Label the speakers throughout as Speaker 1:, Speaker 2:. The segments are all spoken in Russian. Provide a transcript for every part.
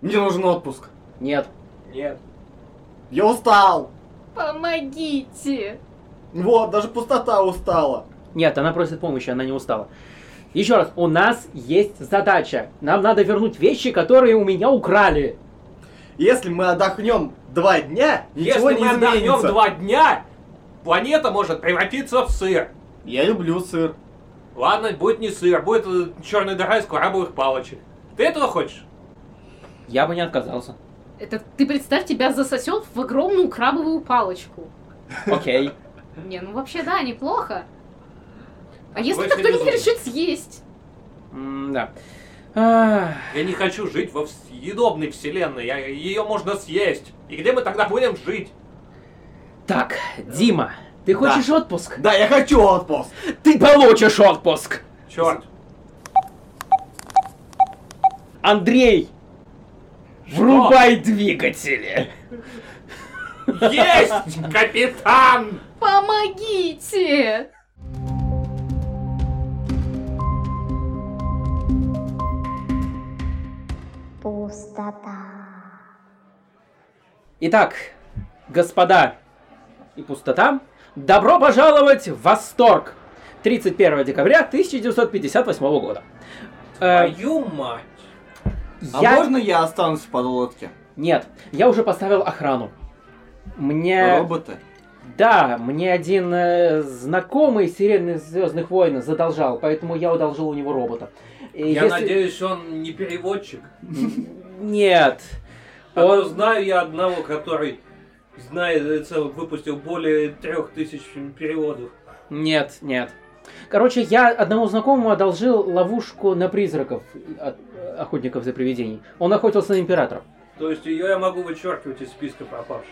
Speaker 1: Мне нужен отпуск.
Speaker 2: Нет.
Speaker 3: Нет.
Speaker 1: Я устал.
Speaker 4: Помогите!
Speaker 1: Вот, даже пустота устала.
Speaker 2: Нет, она просит помощи, она не устала. Еще раз, у нас есть задача. Нам надо вернуть вещи, которые у меня украли.
Speaker 1: Если мы отдохнем два дня, ничего
Speaker 3: Если
Speaker 1: не
Speaker 3: мы отдохнем
Speaker 1: изменится.
Speaker 3: два дня, планета может превратиться в сыр.
Speaker 1: Я люблю сыр.
Speaker 3: Ладно, будет не сыр, будет э, черная дыра из крабовых палочек. Ты этого хочешь?
Speaker 2: Я бы не отказался.
Speaker 4: Это ты представь, тебя засосет в огромную крабовую палочку.
Speaker 2: Окей.
Speaker 4: Не, ну вообще да, неплохо. А
Speaker 3: Вы
Speaker 4: если так кто-нибудь
Speaker 3: философы.
Speaker 4: решит съесть?
Speaker 2: М, Да. Ах.
Speaker 3: Я не хочу жить во съедобной вселенной, я, ее можно съесть. И где мы тогда будем жить?
Speaker 2: Так, Дима, ты хочешь отпуск?
Speaker 1: Да, я хочу отпуск.
Speaker 2: Ты получишь отпуск!
Speaker 3: Черт.
Speaker 2: Андрей! Врубай двигатели!
Speaker 3: Есть, капитан!
Speaker 4: Помогите!
Speaker 5: Пустота.
Speaker 2: Итак, господа и пустота, добро пожаловать в восторг! 31 декабря 1958 года. Э,
Speaker 3: Твою мать.
Speaker 2: я-
Speaker 1: А можно я останусь в подлодке?
Speaker 2: Нет, я уже поставил охрану. Мне...
Speaker 1: Роботы.
Speaker 2: Да, мне один э, знакомый серийный Звездных войн задолжал, поэтому я удолжил у него робота. И
Speaker 3: Я
Speaker 2: если-
Speaker 3: надеюсь, он не переводчик.
Speaker 2: Нет.
Speaker 3: А то
Speaker 2: Он-
Speaker 3: знаю я одного, который знает, э, цел- выпустил более трех тысяч переводов.
Speaker 2: Нет, нет. Короче, я одному знакомому одолжил ловушку на призраков э, от охотников за привидений. Он охотился на императора.
Speaker 3: То есть ее я могу вычеркивать из списка пропавших.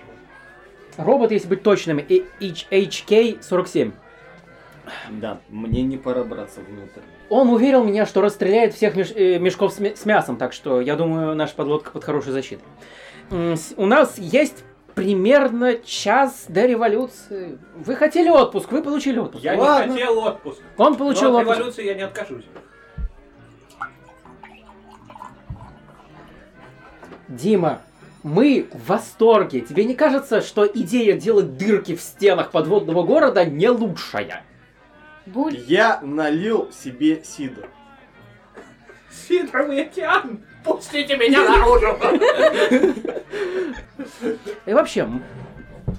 Speaker 2: Робот, если быть точными, и- H- HK-47.
Speaker 1: Да, мне не пора браться внутрь.
Speaker 2: Он уверил меня, что расстреляет всех меш- э, мешков с, мя- с мясом, так что я думаю, наша подлодка под хорошей защитой. М, с- У нас есть примерно час до революции. Вы хотели отпуск, вы получили отпуск.
Speaker 3: Я
Speaker 1: Ладно.
Speaker 3: не хотел отпуск.
Speaker 2: Он
Speaker 3: Но от
Speaker 2: получил отпуск.
Speaker 3: революции я не откажусь.
Speaker 2: Дима, мы в восторге. Тебе не кажется, что идея делать дырки в стенах подводного города не лучшая?
Speaker 4: Буль,
Speaker 1: Я налил себе сида.
Speaker 3: Сидоровый океан! Пустите меня наружу!
Speaker 2: И вообще, м,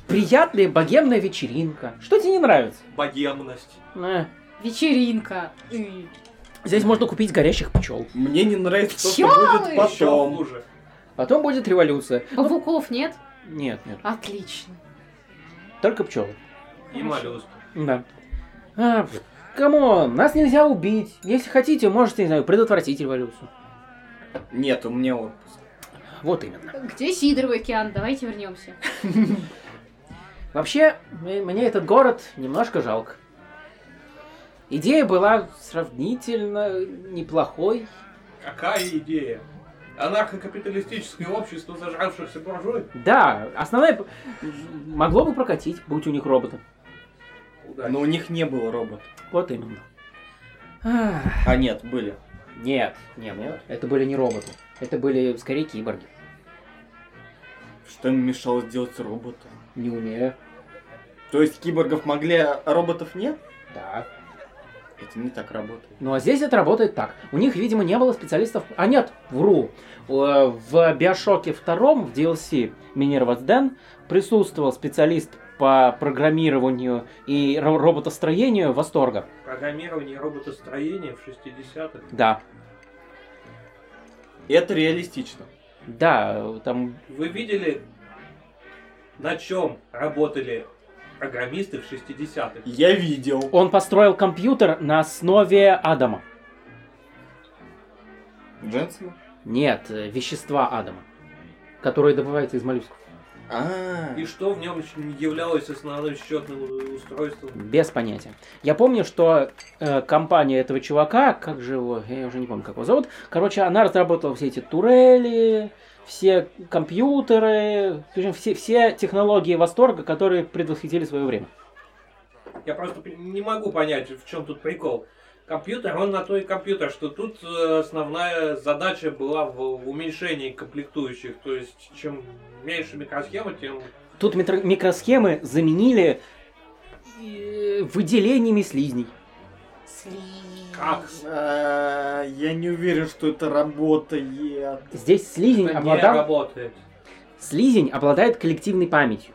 Speaker 2: приятная богемная вечеринка. Что тебе не нравится?
Speaker 3: Богемность.
Speaker 2: Э,
Speaker 4: вечеринка. И-
Speaker 2: Здесь можно купить горящих пчел.
Speaker 1: Мне не нравится то, что
Speaker 4: Пчелы!
Speaker 1: будет
Speaker 3: Еще
Speaker 1: потом.
Speaker 3: хуже.
Speaker 2: Потом будет революция.
Speaker 4: Павуков нет?
Speaker 2: Нет, нет.
Speaker 4: Отлично.
Speaker 2: Только пчелы.
Speaker 3: И моллюск.
Speaker 2: Да. А, пф, камон, нас нельзя убить. Если хотите, можете, не знаю, предотвратить революцию.
Speaker 1: Нет, у меня отпуск.
Speaker 2: Вот именно.
Speaker 4: Где Сидоровый океан? Давайте вернемся.
Speaker 2: Вообще, м- мне этот город немножко жалко. Идея была сравнительно неплохой.
Speaker 3: Какая идея? Анархокапиталистическое общество зажравшихся буржуй?
Speaker 2: Да, основная... п- Могло бы прокатить, будь у них роботы.
Speaker 3: Удачи.
Speaker 1: Но у них Ну, не было роботов.
Speaker 2: Вот именно. Ах,
Speaker 1: А нет, были.
Speaker 2: Нет, нет, нет. Это были не роботы. Это были, скорее, киборги.
Speaker 1: Что им мешало сделать робота?
Speaker 2: Не умею.
Speaker 1: То есть киборгов могли, а роботов нет?
Speaker 2: Да.
Speaker 1: Это не так работает.
Speaker 2: Ну а здесь это работает так. У них, видимо, не было специалистов... А нет, вру. Э, В Биошоке втором, в DLC Минервас Дэн, присутствовал специалист по программированию и ро- роботостроению Восторга.
Speaker 3: Программирование и роботостроение в 60-х.
Speaker 2: Да.
Speaker 1: Это реалистично.
Speaker 2: Да, э, там...
Speaker 3: Вы видели, на чем работали программисты в 60-х?
Speaker 1: Я видел.
Speaker 2: Он построил компьютер на основе Адама.
Speaker 1: Дженсона?
Speaker 2: Нет, э, вещества Адама, которые добываются из моллюсков.
Speaker 1: А,
Speaker 3: И что в нем являлось основным счетным устройством?
Speaker 2: Без понятия. Я помню, что э, компания этого чувака, как же его, я уже не помню, как его зовут, короче, она разработала все эти турели, все компьютеры, в общем, все, все технологии восторга, которые предвосхитили свое время.
Speaker 3: Я просто не могу понять, в чем тут прикол. Компьютер, он на то и компьютер, что тут э, основная задача была в уменьшении комплектующих. То есть, чем меньше микросхема, тем...
Speaker 2: Тут митро- микросхемы заменили э, выделениями слизней.
Speaker 3: Как?
Speaker 1: Э, Я не уверен, что это работает.
Speaker 2: Здесь слизень,
Speaker 3: Это не
Speaker 2: обладал-
Speaker 3: работает.
Speaker 2: слизень обладает коллективной памятью.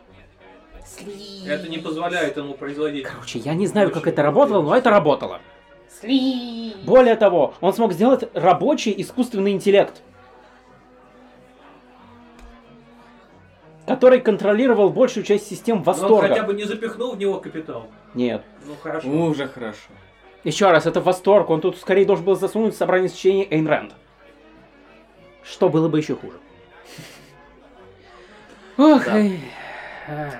Speaker 4: Слизь.
Speaker 3: Это не позволяет ему производить.
Speaker 2: Короче, я не знаю, как
Speaker 3: Очень
Speaker 2: это работало, но это работало.
Speaker 4: Слизь.
Speaker 2: Более того, он смог сделать рабочий искусственный интеллект, который контролировал большую часть систем
Speaker 3: Но он
Speaker 2: восторга.
Speaker 3: хотя бы не запихнул в него капитал.
Speaker 2: Нет.
Speaker 3: Ну хорошо.
Speaker 6: Уже хорошо.
Speaker 2: Еще раз, это восторг. Он тут скорее должен был засунуть в собрание сочинений Эйн Рэнд. Что было бы еще хуже. Ох,
Speaker 1: Да.
Speaker 2: эй. А.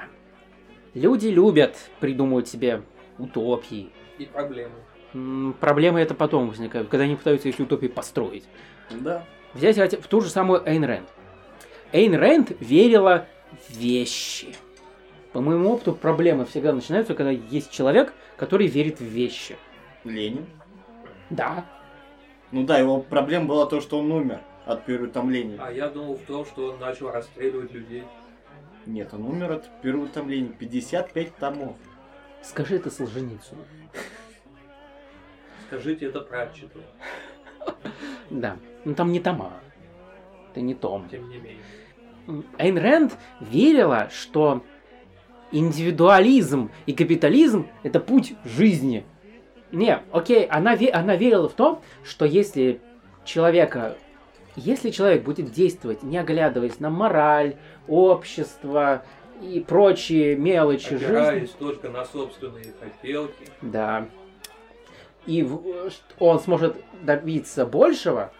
Speaker 2: Люди любят придумывать себе утопии.
Speaker 3: И проблемы.
Speaker 2: М, Проблемы это потом возникают, когда они пытаются эти утопии построить.
Speaker 1: Да.
Speaker 2: Взять хотя- в ту же самую Эйн Рэнд. Эйн Рэнд верила в вещи. По моему опыту, проблемы всегда начинаются, когда есть человек, который верит в вещи.
Speaker 1: Ленин.
Speaker 2: Да.
Speaker 1: Ну да, его проблема была то, что он умер от переутомления.
Speaker 3: А я думал в том, что он начал расстреливать людей.
Speaker 1: Нет, он умер от переутомления. 55 томов.
Speaker 2: Скажи это Солженицыну.
Speaker 3: Скажите это Пратчету,
Speaker 2: Да. Ну там не тома. Это не том.
Speaker 3: тем не менее.
Speaker 2: Эйн Рэнд верила, что индивидуализм и капитализм — это путь жизни. Не, окей, она, ве- она верила в то, что если человека... Если человек будет действовать, не оглядываясь на мораль, общество и прочие мелочи жизни...
Speaker 3: Опираясь только на собственные хотелки.
Speaker 2: Да. И в- ш- он сможет добиться большего,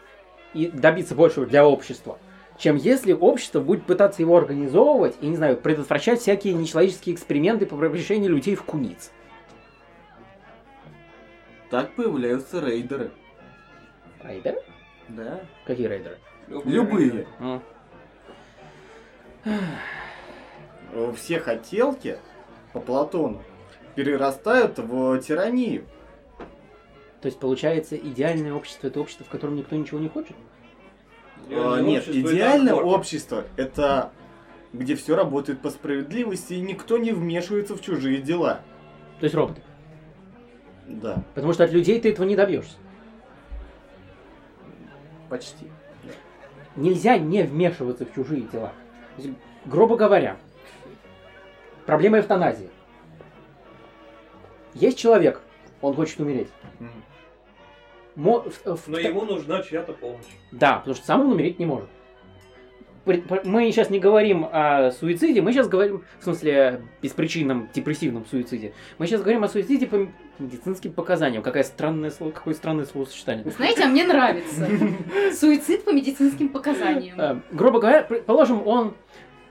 Speaker 2: и добиться большего для общества, чем если общество будет пытаться его организовывать и, не знаю, предотвращать всякие нечеловеческие эксперименты по превращению людей в куниц.
Speaker 6: Так появляются рейдеры.
Speaker 2: Рейдеры?
Speaker 6: Да.
Speaker 2: Какие рейдеры?
Speaker 6: Любые.
Speaker 2: М.
Speaker 1: Э, Все хотелки по Платону перерастают в тиранию.
Speaker 2: То есть, получается, идеальное общество — это общество, в котором никто ничего не хочет?
Speaker 1: Э,
Speaker 3: Идеальное
Speaker 1: А, Нет,
Speaker 3: общество это
Speaker 1: идеальное
Speaker 3: отбор.
Speaker 1: общество это где все работает по справедливости и никто не вмешивается в чужие дела.
Speaker 2: То есть роботы.
Speaker 1: Да,
Speaker 2: Потому что от людей ты этого не добьешься.
Speaker 1: почти.
Speaker 2: Нельзя не вмешиваться в чужие дела. То есть, грубо говоря, проблема эвтаназии. Есть человек, он хочет умереть.
Speaker 1: Мгм.
Speaker 2: Мо- в- в-
Speaker 3: Но ему нужна чья-то помощь.
Speaker 2: Да, потому что сам он умереть не может. При- пр- Мы сейчас не говорим о суициде, мы сейчас говорим, в смысле, беспричинном депрессивном суициде. Мы сейчас говорим о суициде по медицинским показаниям. Какое странное слово, какое странное словосочетание.
Speaker 4: Знаете, а мне нравится. Суицид по медицинским показаниям.
Speaker 2: Э, грубо говоря, предположим, он,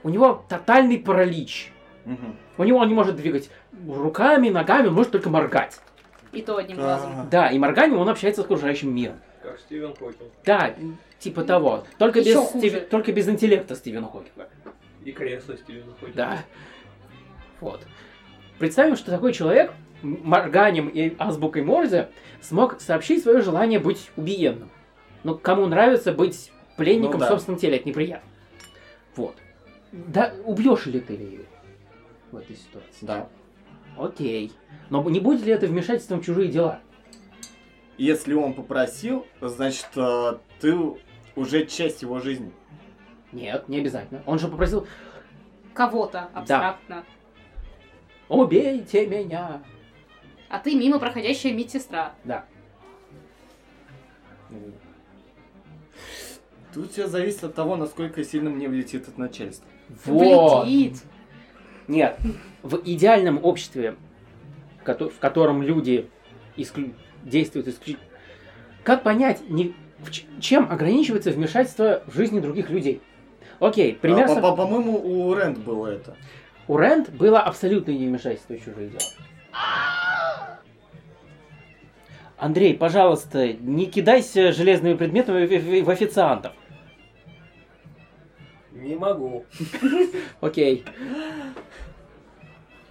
Speaker 2: у него тотальный паралич.
Speaker 1: Мгм.
Speaker 2: У него он не может двигать руками, ногами, он может только моргать.
Speaker 4: И то одним глазом.
Speaker 1: Да.
Speaker 2: Да, и морганием он общается с окружающим миром.
Speaker 3: Как Стивен Хокинг
Speaker 2: Да, типа того. Только, без,
Speaker 4: Ещё хуже.
Speaker 2: Стивен- только без интеллекта Стивена Хокинга.
Speaker 3: и кресло Стивена Хокинга.
Speaker 2: Да. Вот. Представим, что такой человек м- морганием и азбукой Морзе смог сообщить свое желание быть убиенным. Ну, кому нравится быть
Speaker 1: Ну
Speaker 2: пленником
Speaker 1: да.
Speaker 2: в собственном теле, это неприятно. Вот. Да, убьешь ли ты ее в этой ситуации?
Speaker 1: Да.
Speaker 2: Окей. Но не будет ли это вмешательством в чужие дела?
Speaker 1: Если он попросил, значит, э, ты уже часть его жизни.
Speaker 2: Нет, не обязательно. Он же попросил
Speaker 4: Кого-то абстрактно.
Speaker 2: «Убейте меня!»
Speaker 4: А ты мимо проходящая медсестра.
Speaker 1: Тут все зависит от того, насколько сильно мне влетит от начальства.
Speaker 2: Вот!
Speaker 4: Влетит.
Speaker 2: Нет, в идеальном обществе, кото- в котором люди исклю- действуют исключительно... Как понять, не- в ч- чем ограничивается вмешательство в жизни других людей? Окей, пример...
Speaker 1: А,
Speaker 2: со-
Speaker 1: по- по- По-моему, у Рэнд было это.
Speaker 2: У Рэнд было абсолютное невмешательство в чужие дела. Андрей, пожалуйста, не кидайся железными предметами в- в- в официантов.
Speaker 3: Не могу.
Speaker 2: Окей.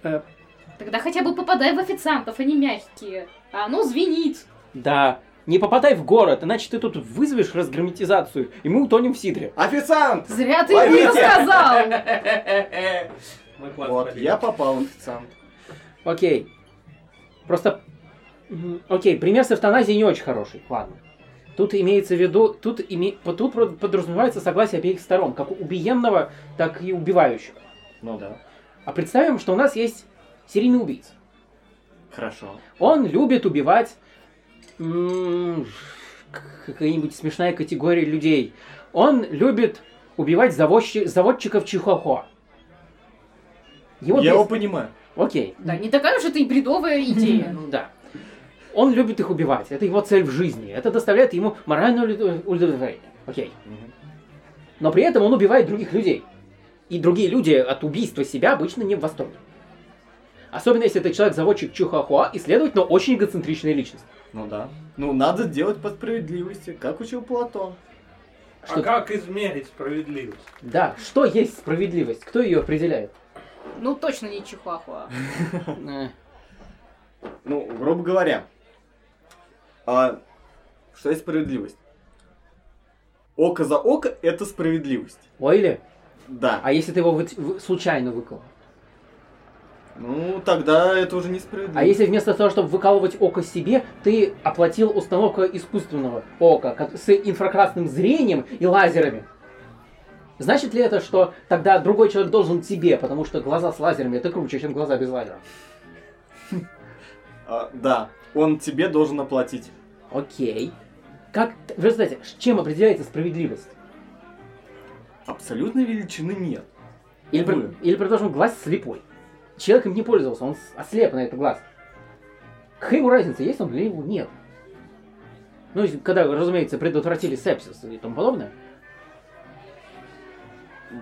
Speaker 4: Тогда хотя бы попадай в официантов, они мягкие. А оно звенит.
Speaker 2: Да. Не попадай в город, иначе ты тут вызовешь разгерметизацию, и мы утонем в сидре.
Speaker 1: Официант!
Speaker 4: Зря ты ему
Speaker 1: Ловите!
Speaker 4: рассказал.
Speaker 3: Мы класс
Speaker 1: Вот,
Speaker 3: пробили.
Speaker 1: я попал в официант.
Speaker 2: Окей. Просто... Мгм. Окей, пример с эвтаназией не очень хороший. Ладно. Тут имеется в виду... Тут, име... по- тут про- подразумевается согласие обеих сторон. Как убиенного, так и убивающего.
Speaker 1: Ну да.
Speaker 2: А представим, что у нас есть серийный убийца.
Speaker 1: Хорошо.
Speaker 2: Он любит убивать м, какая-нибудь смешная категория людей. Он любит убивать заводчи- заводчиков чихохо. Его
Speaker 1: я
Speaker 2: бес-
Speaker 1: его понимаю.
Speaker 2: Окей.
Speaker 4: Да, не такая уж это и бредовая идея.
Speaker 2: Ну да. Он любит их убивать. Это его цель в жизни. Это доставляет ему моральное удов- удовлетворение. Окей.
Speaker 1: Мгм.
Speaker 2: Но при этом он убивает других людей. И другие люди от убийства себя обычно не в восторге. Особенно если это человек-заводчик Чихуахуа и, следовательно, очень эгоцентричная личность.
Speaker 1: Ну да. Ну надо делать по справедливости, как учил Платон.
Speaker 2: Что-
Speaker 3: А как измерить справедливость?
Speaker 2: Да, что есть справедливость? Кто ее определяет?
Speaker 4: Ну, точно не чихуахуа.
Speaker 2: Э,
Speaker 1: Ну, грубо говоря, а, что есть справедливость? Око за око – это справедливость.
Speaker 2: Ойли?
Speaker 1: Да.
Speaker 2: А если ты его выть- вы- случайно выколол?
Speaker 1: Ну, тогда это уже не справедливость.
Speaker 2: А если вместо того, чтобы выкалывать око себе, ты оплатил установку искусственного ока как- с инфракрасным зрением и лазерами? Значит ли это, что тогда другой человек должен тебе, потому что глаза с лазерами это круче, чем глаза без лазера?
Speaker 1: А, да, он тебе должен оплатить.
Speaker 2: Окей. Как, т- в результате, с чем определяется справедливость?
Speaker 1: Абсолютной величины нет.
Speaker 2: Или, при-
Speaker 1: Увы.
Speaker 2: или предложим глаз слепой. Человек им не пользовался, он с- ослеп на этот глаз. Какая ему разница, есть он или его нет? Ну, если- когда, разумеется, предотвратили сепсис и тому подобное.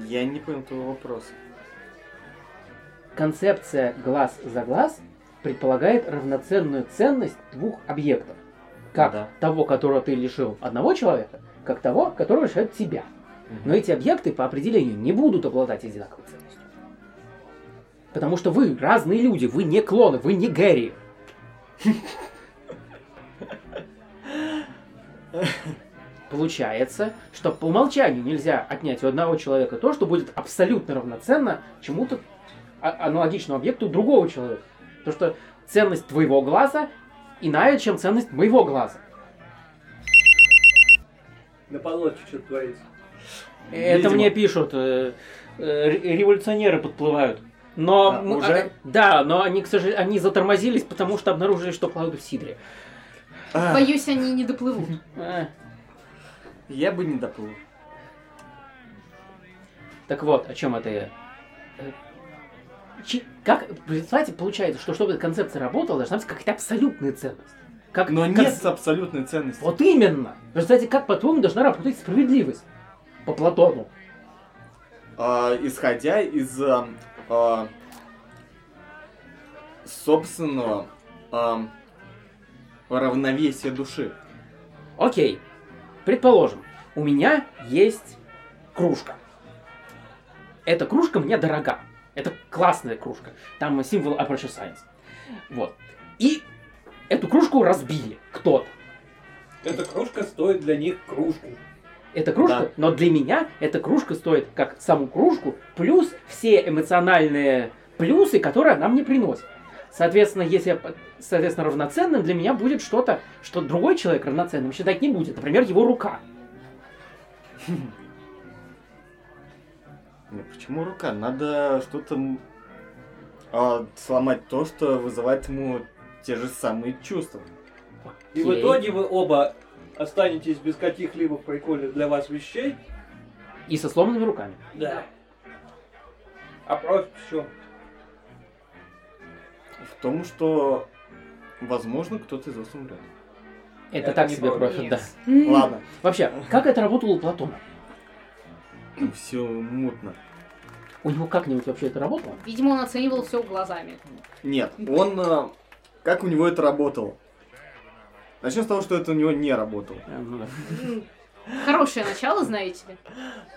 Speaker 1: Я не понял твоего вопроса.
Speaker 2: Концепция глаз за глаз предполагает равноценную ценность двух объектов. Как
Speaker 1: Да.
Speaker 2: того, которого ты лишил одного человека, как того, которого лишает тебя. Но эти объекты по определению не будут обладать одинаковой ценностью. Потому что вы разные люди, вы не клоны, вы не Гэри. Получается, что по умолчанию нельзя отнять у одного человека то, что будет абсолютно равноценно чему-то а- аналогичному объекту другого человека. То, что ценность твоего глаза иная, чем ценность моего глаза.
Speaker 3: На подводке что творится.
Speaker 2: Это
Speaker 1: Видимо.
Speaker 2: мне пишут. э, э, ре- Революционеры подплывают. Но
Speaker 1: А,
Speaker 2: м-
Speaker 1: уже?
Speaker 2: а, да, но они, к сожалению, они затормозились, потому что обнаружили, что плавают в сидре.
Speaker 1: А,
Speaker 4: Боюсь, они не доплывут.
Speaker 2: Э,
Speaker 1: я бы не доплыл.
Speaker 2: Так вот, о чем это я? Э, чи- Как, представьте, получается, что чтобы эта концепция работала, должна быть какая-то абсолютная ценность. Как,
Speaker 1: Но
Speaker 2: как-
Speaker 1: нет абсолютной ценности.
Speaker 2: Вот именно! В результате, как, по-твоему, должна работать справедливость? По Платону.
Speaker 1: А, исходя из а, а, собственного а, равновесия души.
Speaker 2: Окей. Предположим, у меня есть кружка. Эта кружка мне дорога. Это классная кружка. Там символ Aperture Science. Вот. И эту кружку разбили кто-то.
Speaker 3: Эта кружка стоит для них кружку.
Speaker 2: Эта кружка,
Speaker 1: Да.
Speaker 2: но для меня эта кружка стоит как саму кружку, плюс все эмоциональные плюсы, которые она мне приносит. Соответственно, если я, по- соответственно, равноценным для меня будет что-то, что другой человек равноценным считать не будет. Например, его рука.
Speaker 1: Ну, почему рука? Надо что-то м, а, сломать то, что вызывает ему те же самые чувства.
Speaker 3: И в
Speaker 2: Окей.
Speaker 3: итоге вы оба останетесь без каких-либо прикольных для вас вещей.
Speaker 2: И со сломанными руками.
Speaker 3: Да. А профи в чем?
Speaker 1: В том, что, возможно, кто-то из вас умрет.
Speaker 2: Это,
Speaker 3: Это
Speaker 2: так
Speaker 3: не
Speaker 2: себе
Speaker 3: повод.
Speaker 2: профит, да.
Speaker 4: М,
Speaker 1: Ладно,
Speaker 2: Вообще, как это работало у Платона?
Speaker 1: все мутно.
Speaker 2: У него как-нибудь вообще это работало?
Speaker 4: Видимо, он оценивал все глазами.
Speaker 1: Нет, он... а, как у него это работало? Начнем с того, что это у него не работало.
Speaker 4: М, Хорошее начало, знаете ли.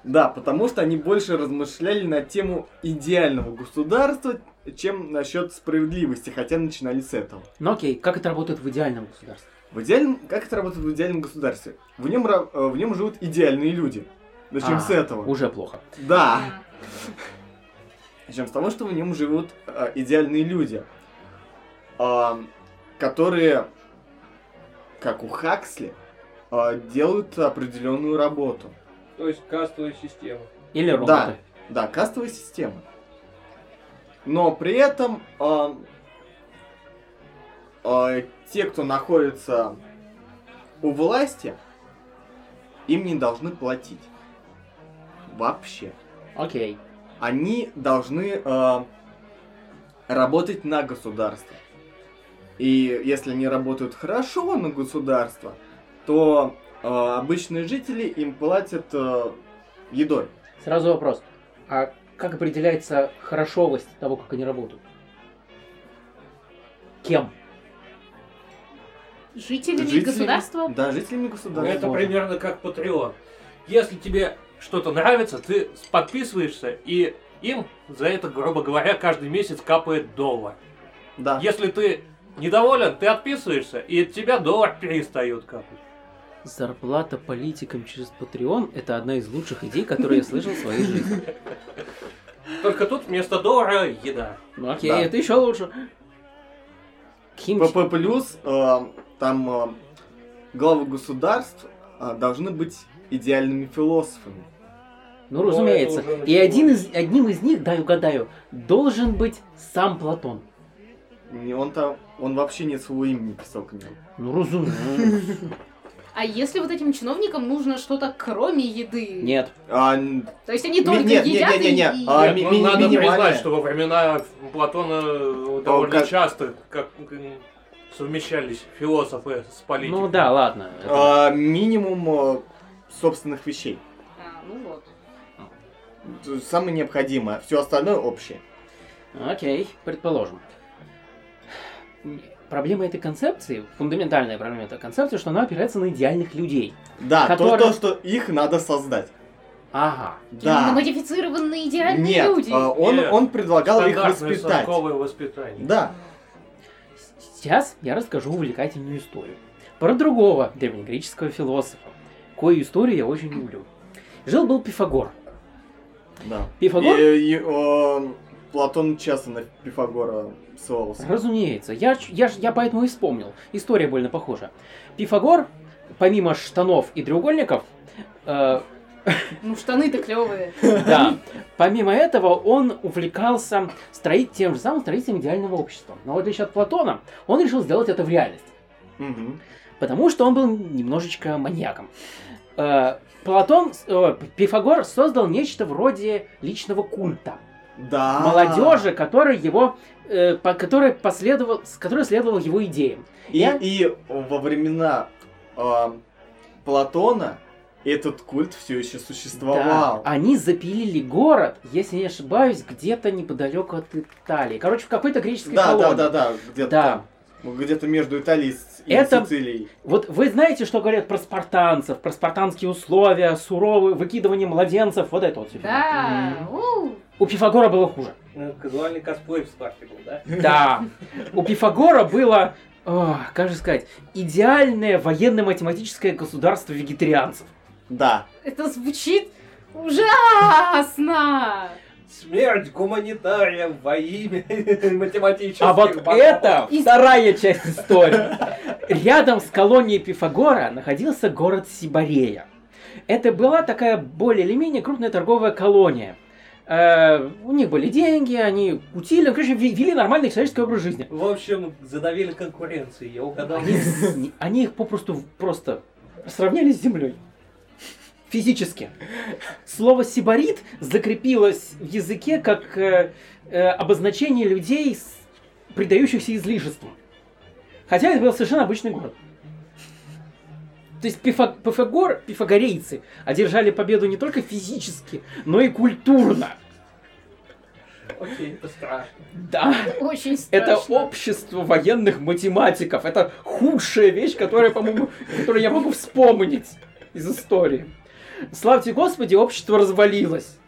Speaker 1: Да, потому что они больше размышляли на тему идеального государства, чем насчет справедливости, хотя начинали с этого.
Speaker 2: Ну окей, как это работает в идеальном государстве?
Speaker 1: В идеальном, как это работает в идеальном государстве? В нем, ра- э, в нем живут идеальные люди. Начнем
Speaker 2: А,
Speaker 1: с этого.
Speaker 2: Уже плохо.
Speaker 1: Да. Начнем с того, что в нем живут э, идеальные люди, а, которые, как у Хаксли, а, делают определенную работу.
Speaker 3: То есть кастовая система.
Speaker 2: Или роботы.
Speaker 1: Да. Да, кастовая система. Но при этом а, а, те, кто находится у власти, им не должны платить. Вообще.
Speaker 2: Окей.
Speaker 1: Они должны а, работать на государство. И если они работают хорошо на государство, то а, обычные жители им платят а, едой.
Speaker 2: Сразу вопрос. А как определяется хорошовость того, как они работают? Кем?
Speaker 4: Жителями
Speaker 1: Жителями-
Speaker 4: государства.
Speaker 1: Да, жителями государства.
Speaker 3: это примерно как Патреон. Если тебе что-то нравится, ты с- подписываешься, и им за это, грубо говоря, каждый месяц капает доллар.
Speaker 1: Да.
Speaker 3: Если ты недоволен, ты отписываешься, и от тебя доллар перестает капать.
Speaker 2: Зарплата политикам через Patreon – это одна из лучших идей, которые я слышал в своей жизни.
Speaker 3: Только тут вместо доллара еда.
Speaker 2: Ну окей,
Speaker 1: Да.
Speaker 2: это еще лучше. Ким Ч-
Speaker 1: ПП плюс э, там э, главы государств э, должны быть идеальными философами.
Speaker 2: Ну,
Speaker 3: Ну,
Speaker 2: разумеется.
Speaker 3: это уже
Speaker 2: И
Speaker 3: началось.
Speaker 2: один из, одним из них, дай угадаю, должен быть сам Платон.
Speaker 1: Не, он там, он вообще нет своего имени писал к нему.
Speaker 2: Ну, разумеется.
Speaker 4: А если вот этим чиновникам нужно что-то кроме еды?
Speaker 2: Нет.
Speaker 1: А, н-
Speaker 4: То есть они
Speaker 1: Ми-
Speaker 4: только
Speaker 1: нет, нет,
Speaker 4: едят
Speaker 1: нет,
Speaker 4: и-
Speaker 1: нет,
Speaker 4: и...
Speaker 1: нет. А, ми-
Speaker 3: ну,
Speaker 1: ми-
Speaker 3: надо
Speaker 1: минимальное.
Speaker 3: признать, что во времена Платона э, довольно
Speaker 1: как-
Speaker 3: часто как, э, совмещались философы с политикой.
Speaker 2: Ну да, ладно. это-
Speaker 1: а, минимум э, собственных вещей.
Speaker 4: А, ну вот.
Speaker 1: Т- Самое необходимое. Все остальное общее.
Speaker 2: Окей, предположим. Проблема этой концепции, фундаментальная проблема этой концепции, что она опирается на идеальных людей.
Speaker 1: Да, то-
Speaker 2: Которые-
Speaker 1: то, что их надо создать.
Speaker 2: Ага.
Speaker 1: Да.
Speaker 4: Именно модифицированные идеальные
Speaker 1: Нет,
Speaker 4: люди.
Speaker 1: а, он,
Speaker 3: Нет.
Speaker 1: он предлагал их
Speaker 3: Стандартное
Speaker 1: воспитать.
Speaker 3: совковое воспитание.
Speaker 1: Да.
Speaker 2: С- Сейчас я расскажу увлекательную историю про другого древнегреческого философа, кою историю я очень люблю. Жил-был Пифагор.
Speaker 1: да.
Speaker 2: Пифагор?
Speaker 1: И- и, э, Платон часто на Пифагора ссылался.
Speaker 2: Разумеется, я, ч- я, ж- я поэтому и вспомнил. История больно похожа. Пифагор, помимо штанов и треугольников, э,
Speaker 4: Ну, штаны-то клевые.
Speaker 2: Да. Помимо этого, он увлекался строить тем же самым строительством идеального общества. Но в отличие от Платона, он решил сделать это в реальность.
Speaker 1: Мгм.
Speaker 2: Потому что он был немножечко маньяком. Э, Платон, с- э, П- Пифагор создал нечто вроде личного культа
Speaker 1: Да.
Speaker 2: молодежи, который его, э, по, который последовал, с которой следовал его идеям.
Speaker 1: И,
Speaker 2: Я-
Speaker 1: и во времена а, Платона этот культ все еще существовал.
Speaker 2: Да, они запилили город, если не ошибаюсь, где-то неподалеку от Италии. Короче, в какой-то греческой
Speaker 1: да, да,
Speaker 2: колонии.
Speaker 1: да, да, где-то
Speaker 2: Да.
Speaker 1: там. Где-то между Италией с- и
Speaker 2: Это-
Speaker 1: Сицилией.
Speaker 2: Вот вы знаете, что говорят про спартанцев, про спартанские условия, суровые, выкидывание младенцев, вот это вот все.
Speaker 4: Да. у.
Speaker 2: У Пифагора было хуже.
Speaker 3: Ну, Казуальный косплей в старте был, да?
Speaker 2: Да. У Пифагора было, ох, как же сказать, идеальное военно-математическое государство вегетарианцев.
Speaker 1: Да.
Speaker 4: Это звучит ужасно.
Speaker 3: Смерть гуманитариям во имя математических
Speaker 2: А вот
Speaker 3: богов.
Speaker 2: это
Speaker 4: И-
Speaker 2: вторая часть истории. Рядом с колонией Пифагора находился город Сибарея. Это была такая более или менее крупная торговая колония. Э, у них были деньги, они кутили, ну, короче, ве- вели нормальный человеческий образ жизни.
Speaker 3: В общем, задавили конкуренции, я угадал.
Speaker 2: Они, с- они их попросту просто сравняли с землей. Физически. Слово сибарит закрепилось в языке как э, э, обозначение людей, с- предающихся излишеству. Хотя это был совершенно обычный город. То есть пифа- пифагор, пифагорейцы одержали победу не только физически, но и культурно.
Speaker 3: Окей, это страшно.
Speaker 2: Да.
Speaker 4: Очень страшно.
Speaker 2: Это общество военных математиков. Это худшая вещь, которая, по-моему, которую я могу вспомнить из истории. Славьте Господи, общество развалилось.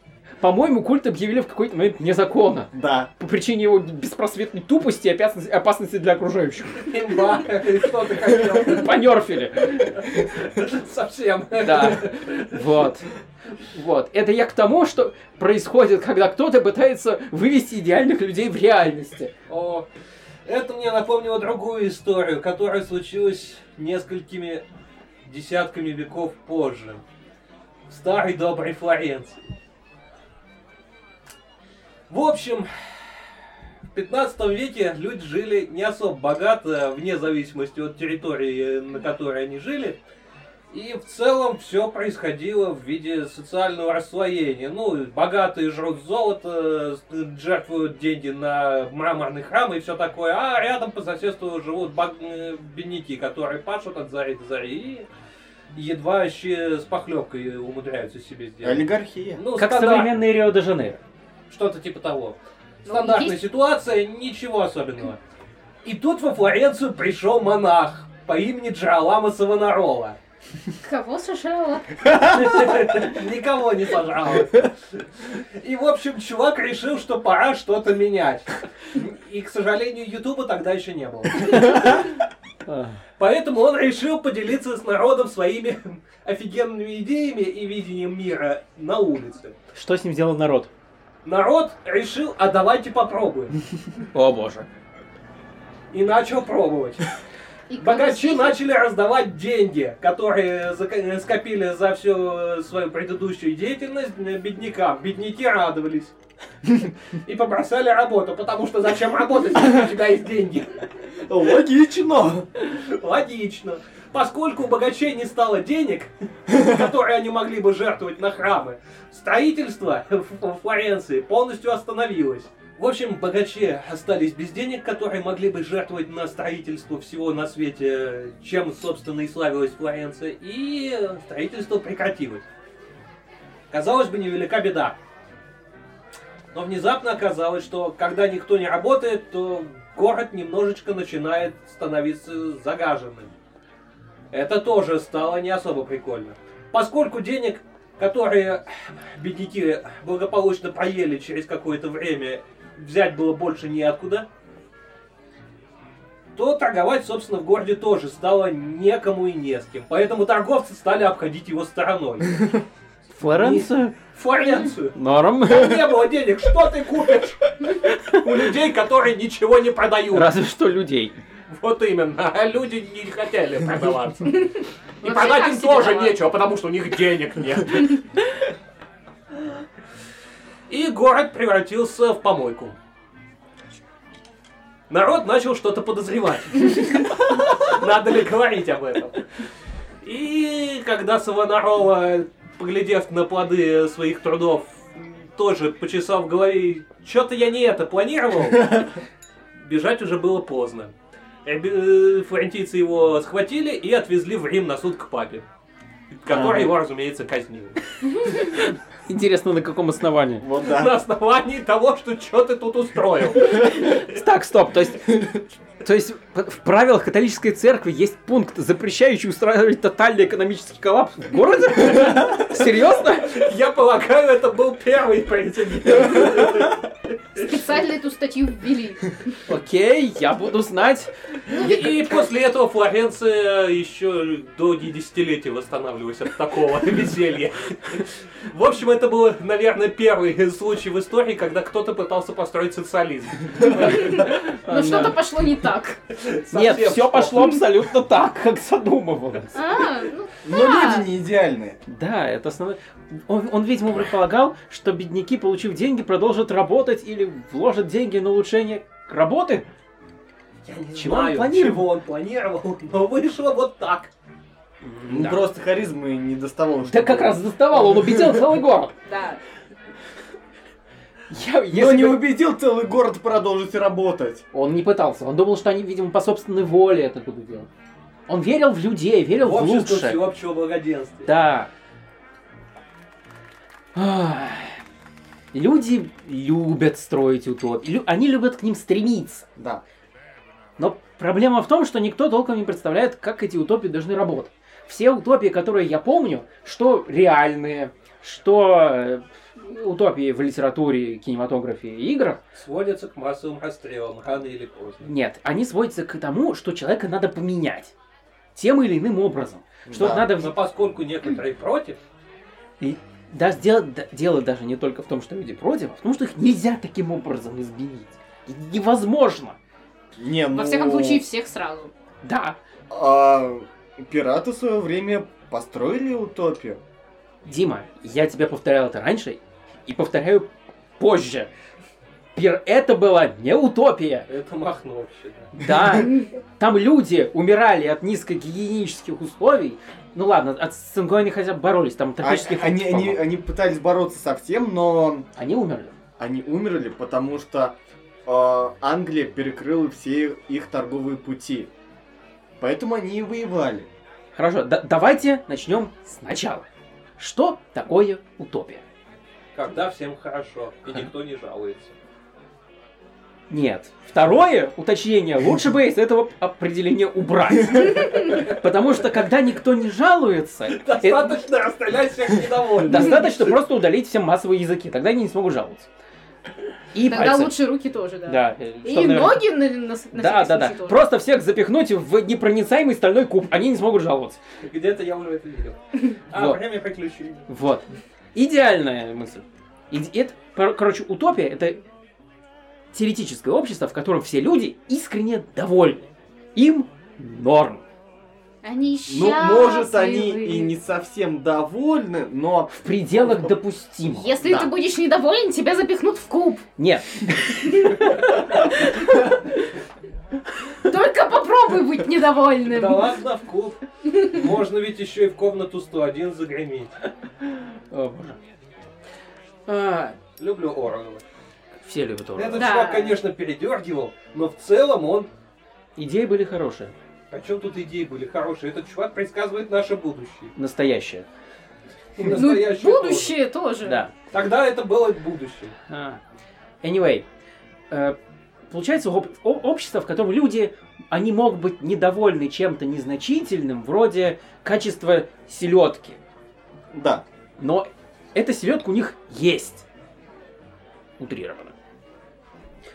Speaker 2: По-моему, культ объявили в какой-то момент незаконно.
Speaker 1: Да.
Speaker 2: По причине его беспросветной тупости и опасности, опасности для окружающих.
Speaker 3: Имба, что ты хотел?
Speaker 2: Понерфили.
Speaker 3: Совсем.
Speaker 2: Да. Вот. Вот. Это я к тому, что происходит, когда кто-то пытается вывести идеальных людей в реальности.
Speaker 3: О, это мне напомнило другую историю, которая случилась несколькими десятками веков позже. В старой доброй Флоренции. В общем, в 15 веке люди жили не особо богато, вне зависимости от территории, на которой они жили. И в целом все происходило в виде социального расслоения. Ну, богатые жрут золото, с- жертвуют деньги на мраморные храмы и все такое. А рядом по соседству живут баг... э, бедняки, которые пашут от зари до зари и едва еще с похлебкой умудряются себе сделать.
Speaker 1: Олигархия.
Speaker 3: Ну,
Speaker 2: Как
Speaker 3: стандарт-
Speaker 2: современный Рио-де-Жанейро.
Speaker 3: что-то типа того.
Speaker 4: Ну,
Speaker 3: Стандартная
Speaker 4: есть-
Speaker 3: ситуация, ничего особенного. И тут во Флоренцию пришел монах по имени Джалама Савонарола.
Speaker 4: Кого сожрала?
Speaker 3: Никого не сажал. И, в общем, чувак решил, что пора что-то менять. И, к сожалению, Ютуба тогда еще не было.
Speaker 2: Ах.
Speaker 3: Поэтому он решил поделиться с народом своими офигенными идеями и видением мира на улице.
Speaker 2: Что с ним сделал народ?
Speaker 3: Народ решил, а давайте попробуем.
Speaker 2: О боже.
Speaker 3: И начал пробовать.
Speaker 4: И кто
Speaker 3: Богачи
Speaker 4: съездил?
Speaker 3: начали раздавать деньги, которые зак- скопили за всю э, свою предыдущую деятельность э, беднякам. Бедняки радовались. И побросали работу, потому что зачем работать, если у тебя есть деньги?
Speaker 1: Логично.
Speaker 3: Логично. Поскольку у богачей не стало денег, которые они могли бы жертвовать на храмы, строительство в в Флоренции полностью остановилось. В общем, богачи остались без денег, которые могли бы жертвовать на строительство всего на свете, чем, собственно, и славилась Флоренция, и э, строительство прекратилось. Казалось бы, невелика беда. Но внезапно оказалось, что когда никто не работает, то город немножечко начинает становиться загаженным. Это тоже стало не особо прикольно. Поскольку денег, которые бедняки благополучно поели через какое-то время, взять было больше неоткуда, то торговать, собственно, в городе тоже стало некому и не с кем. Поэтому торговцы стали обходить его стороной.
Speaker 2: Флоренцию?
Speaker 3: Флоренцию.
Speaker 2: Норм.
Speaker 3: Там не было денег, что ты купишь у людей, которые ничего не продают?
Speaker 2: Разве что людей.
Speaker 3: Вот именно, а люди не хотели продаваться. И
Speaker 4: Вообще,
Speaker 3: продать
Speaker 4: как
Speaker 3: им
Speaker 4: себе
Speaker 3: тоже
Speaker 4: давать?
Speaker 3: нечего, потому что у них денег нет. И город превратился в помойку. Народ начал что-то подозревать. Надо ли говорить об этом? И когда Савонарола, поглядев на плоды своих трудов, тоже почесал в голове, что-то я не это планировал, бежать уже было поздно. Эби- э, Флорентийцы его схватили и отвезли в Рим на суд к папе, который
Speaker 1: Ага.
Speaker 3: его, разумеется, казнил.
Speaker 2: Интересно, на каком основании?
Speaker 1: Вот
Speaker 3: На
Speaker 1: да.
Speaker 3: основании того, что что ты тут устроил.
Speaker 2: Так, стоп, то есть... То есть в правилах католической церкви есть пункт, запрещающий устраивать тотальный экономический коллапс в городе? Серьезно?
Speaker 3: Я полагаю, это был первый прецедент.
Speaker 4: Специально эту статью ввели.
Speaker 2: Окей, я буду знать.
Speaker 3: И после этого Флоренция еще долгие десятилетия восстанавливалась от такого веселья. В общем, это был, наверное, первый случай в истории, когда кто-то пытался построить социализм.
Speaker 4: Но что-то пошло не так.
Speaker 2: Нет,
Speaker 3: Совсем
Speaker 2: все
Speaker 3: что.
Speaker 2: пошло абсолютно так, как задумывалось.
Speaker 4: А, ну,
Speaker 1: Но люди не идеальные.
Speaker 2: Да, это основной... Он, он, видимо, предполагал, что бедняки, получив деньги, продолжат работать или вложат деньги на улучшение работы.
Speaker 3: Я не
Speaker 2: Чего
Speaker 3: знаю,
Speaker 2: он планировал?
Speaker 3: чего он планировал, но вышло вот так.
Speaker 1: Ну,
Speaker 2: Да.
Speaker 1: Просто харизмы не доставал.
Speaker 2: Да как раз доставал, он убедил целый город.
Speaker 4: да.
Speaker 2: Я,
Speaker 1: Но
Speaker 2: если
Speaker 1: не
Speaker 2: бы-
Speaker 1: убедил целый город продолжить работать.
Speaker 2: Он не пытался, он думал, что они, видимо, по собственной воле это будут делать. Он верил в людей, верил
Speaker 3: В
Speaker 2: в,
Speaker 3: общество
Speaker 2: лучшее.
Speaker 3: всеобщего благоденствия.
Speaker 2: Да. Ах. Люди любят строить утопии, лю- они любят к ним стремиться.
Speaker 1: Да.
Speaker 2: Но проблема в том, что никто толком не представляет, как эти утопии должны работать. Все утопии, которые я помню, что реальные, что э, утопии в литературе, кинематографе и играх,
Speaker 3: Сводятся к массовым расстрелам, рано или поздно.
Speaker 2: нет, они сводятся к тому, что человека надо поменять тем или иным образом. Что
Speaker 1: Да.
Speaker 2: надо...
Speaker 3: Но поскольку некоторые против,
Speaker 2: Даже дело, да- дело даже не только в том, что люди против, а в том, что их нельзя таким образом изменить. И Невозможно.
Speaker 1: Не, ну...
Speaker 4: Во всяком случае, всех сразу.
Speaker 2: Да,
Speaker 1: а, пираты в свое время построили утопию. А,
Speaker 2: Дима, я тебе повторял это раньше и повторяю позже. Пир, это была не утопия.
Speaker 3: это махновщина.
Speaker 2: Да, там люди умирали от низкогигиенических условий. Ну ладно, от с цингой хотя бы боролись, там тропический
Speaker 1: А- они,
Speaker 2: фокус
Speaker 1: они,
Speaker 2: помог.
Speaker 1: они пытались бороться со всем, но
Speaker 2: Они умерли.
Speaker 1: они умерли, потому что э, Англия перекрыла все их торговые пути. Поэтому они и воевали.
Speaker 2: Хорошо, да- давайте начнем сначала. Что такое утопия?
Speaker 3: Когда всем хорошо, и никто не жалуется.
Speaker 2: Нет. Второе уточнение лучше бы из этого определения убрать. Потому что когда никто не жалуется, э,
Speaker 3: Достаточно расстрелять всех недовольных.
Speaker 2: Достаточно просто удалить всем массовые языки, тогда они не смогут жаловаться. И
Speaker 4: Тогда
Speaker 2: пальцы.
Speaker 4: лучше руки тоже, да.
Speaker 2: Да, э,
Speaker 4: И
Speaker 2: чтоб, наверное,
Speaker 4: ноги на, на, на всякий
Speaker 2: Да, да, да.
Speaker 4: случай тоже.
Speaker 2: Просто всех запихнуть в непроницаемый стальной куб, они не смогут жаловаться.
Speaker 3: Где-то я уже это видел. А,
Speaker 2: Вот.
Speaker 3: время приключений.
Speaker 2: Вот. Идеальная мысль. Иде- это, кор- короче, утопия это теоретическое общество, в котором все люди искренне довольны. Им норм.
Speaker 1: Ну,
Speaker 4: Они счастливы.
Speaker 1: может, они и не совсем довольны, но
Speaker 2: В пределах допустимого.
Speaker 4: Если
Speaker 2: Да.
Speaker 4: ты будешь недоволен, тебя запихнут в куб.
Speaker 2: Нет,
Speaker 4: Только попробуй быть недовольным.
Speaker 3: Да ладно, в клуб. Можно ведь еще и в комнату 101 загреметь.
Speaker 2: О, боже. А,
Speaker 3: Люблю Орвелла.
Speaker 2: все любят Орвелла.
Speaker 3: Этот
Speaker 4: Да.
Speaker 3: чувак, конечно, передергивал, но в целом он...
Speaker 2: Идеи были хорошие.
Speaker 3: О чем тут идеи были хорошие? Этот чувак предсказывает наше будущее.
Speaker 2: Настоящие.
Speaker 3: И
Speaker 4: Ну,
Speaker 3: настоящее тоже.
Speaker 4: будущее тоже.
Speaker 2: Да.
Speaker 3: Тогда это было будущее.
Speaker 2: А. Anyway, э, получается об- о- общество, в котором люди, они могут быть недовольны чем-то незначительным, вроде качества селедки.
Speaker 1: да.
Speaker 2: Но эта селедка у них есть. Утрированно.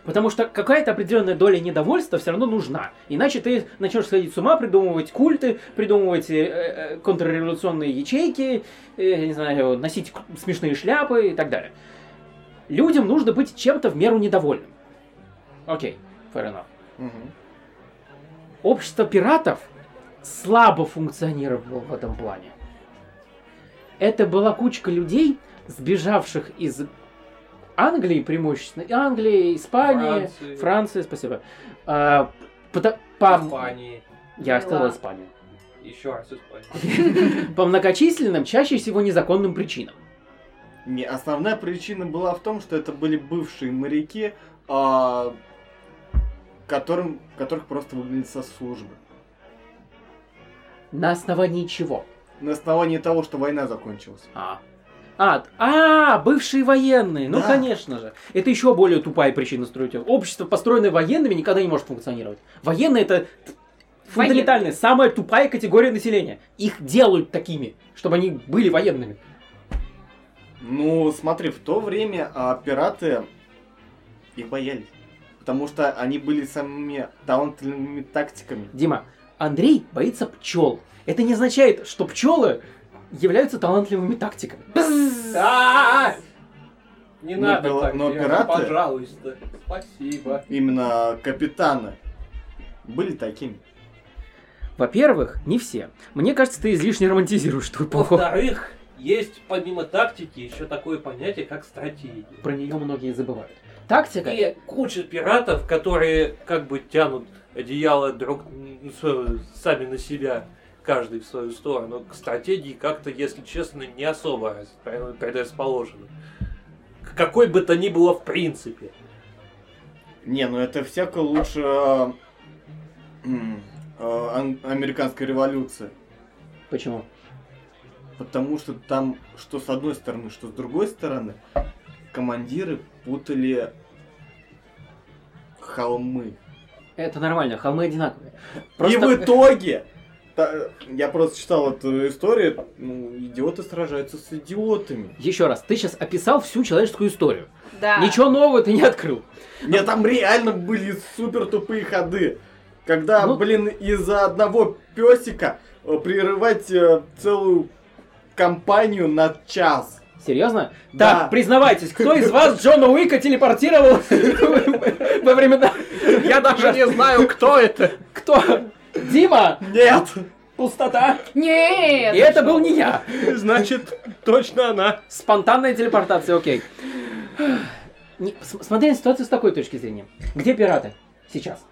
Speaker 2: Потому что какая-то определенная доля недовольства все равно нужна. Иначе ты начнешь сходить с ума, придумывать культы, придумывать э, э, контрреволюционные ячейки, э, я не знаю, носить к- смешные шляпы и так далее. Людям нужно быть чем-то в меру недовольным. Окей, fair enough.
Speaker 1: Мгм.
Speaker 2: Общество пиратов слабо функционировало в этом плане. Это была кучка людей, сбежавших из Англии преимущественно, и Англии, Испании,
Speaker 3: Франции.
Speaker 2: Франции, спасибо. А, пота- по-
Speaker 3: Испании.
Speaker 2: Я сказал
Speaker 4: Поняла.
Speaker 2: Испанию.
Speaker 3: Еще раз Испания.
Speaker 2: По многочисленным, чаще всего незаконным причинам.
Speaker 1: Не, основная причина была в том, что это были бывшие моряки, а, которым, которых просто выгнали со службы.
Speaker 2: На основании чего?
Speaker 1: На основании того, что война закончилась.
Speaker 2: А. А, т- а, бывшие военные. Ну,
Speaker 1: Да.
Speaker 2: конечно же. Это еще более тупая причина строить. Общество, построенное военными, никогда не может функционировать. Военные это т- фундаментальная, самая тупая категория населения. Их делают такими, чтобы они были военными.
Speaker 1: Ну, смотри, в то время а, пираты их боялись. Потому что они были самыми талантливыми тактиками.
Speaker 2: Дима, Андрей боится пчел. Это не означает, что пчелы являются талантливыми тактиками. А.
Speaker 3: А-а-а! Не
Speaker 1: Но
Speaker 3: надо
Speaker 1: пила-
Speaker 3: так,
Speaker 1: но
Speaker 3: Лена,
Speaker 1: пираты-
Speaker 3: пожалуйста. Спасибо.
Speaker 1: Именно капитаны были такими.
Speaker 2: Во-первых, не все. Мне кажется, ты излишне романтизируешь твой плохой.
Speaker 3: Во-вторых, есть помимо тактики еще такое понятие, как стратегия.
Speaker 2: Про нее многие забывают. Тактика.
Speaker 3: И куча пиратов, которые как бы тянут одеяло друг н- с- сами на себя, каждый в свою сторону. К стратегии как-то, если честно, не особо рас- предрасположены. К какой бы то ни было в принципе.
Speaker 1: Не, ну это всяко лучше э, м, э, ан- американской революции.
Speaker 2: Почему?
Speaker 1: Потому что там, что с одной стороны, что с другой стороны, командиры путали холмы.
Speaker 2: Это нормально, холмы одинаковые. э,
Speaker 1: И в итоге та- я просто читал эту историю, ну, идиоты сражаются с идиотами.
Speaker 2: Еще раз, ты сейчас описал всю человеческую историю.
Speaker 7: Да.
Speaker 2: Ничего нового ты не открыл.
Speaker 1: Нет, там реально были супер тупые ходы. Когда,
Speaker 2: Ну-
Speaker 1: блин, из-за одного песика э, прерывать э, целую компанию на час.
Speaker 2: Серьезно?
Speaker 1: Да.
Speaker 2: Так, признавайтесь, кто из вас Джона Уика телепортировал во времена...
Speaker 3: Я даже не знаю, кто это.
Speaker 2: Кто? Дима?
Speaker 1: Нет!
Speaker 2: Пустота?
Speaker 4: Нет!
Speaker 2: И это был не я.
Speaker 3: Значит, точно она.
Speaker 2: Спонтанная телепортация, окей. Не- с- Смотри на ситуацию с такой точки зрения. Где пираты сейчас?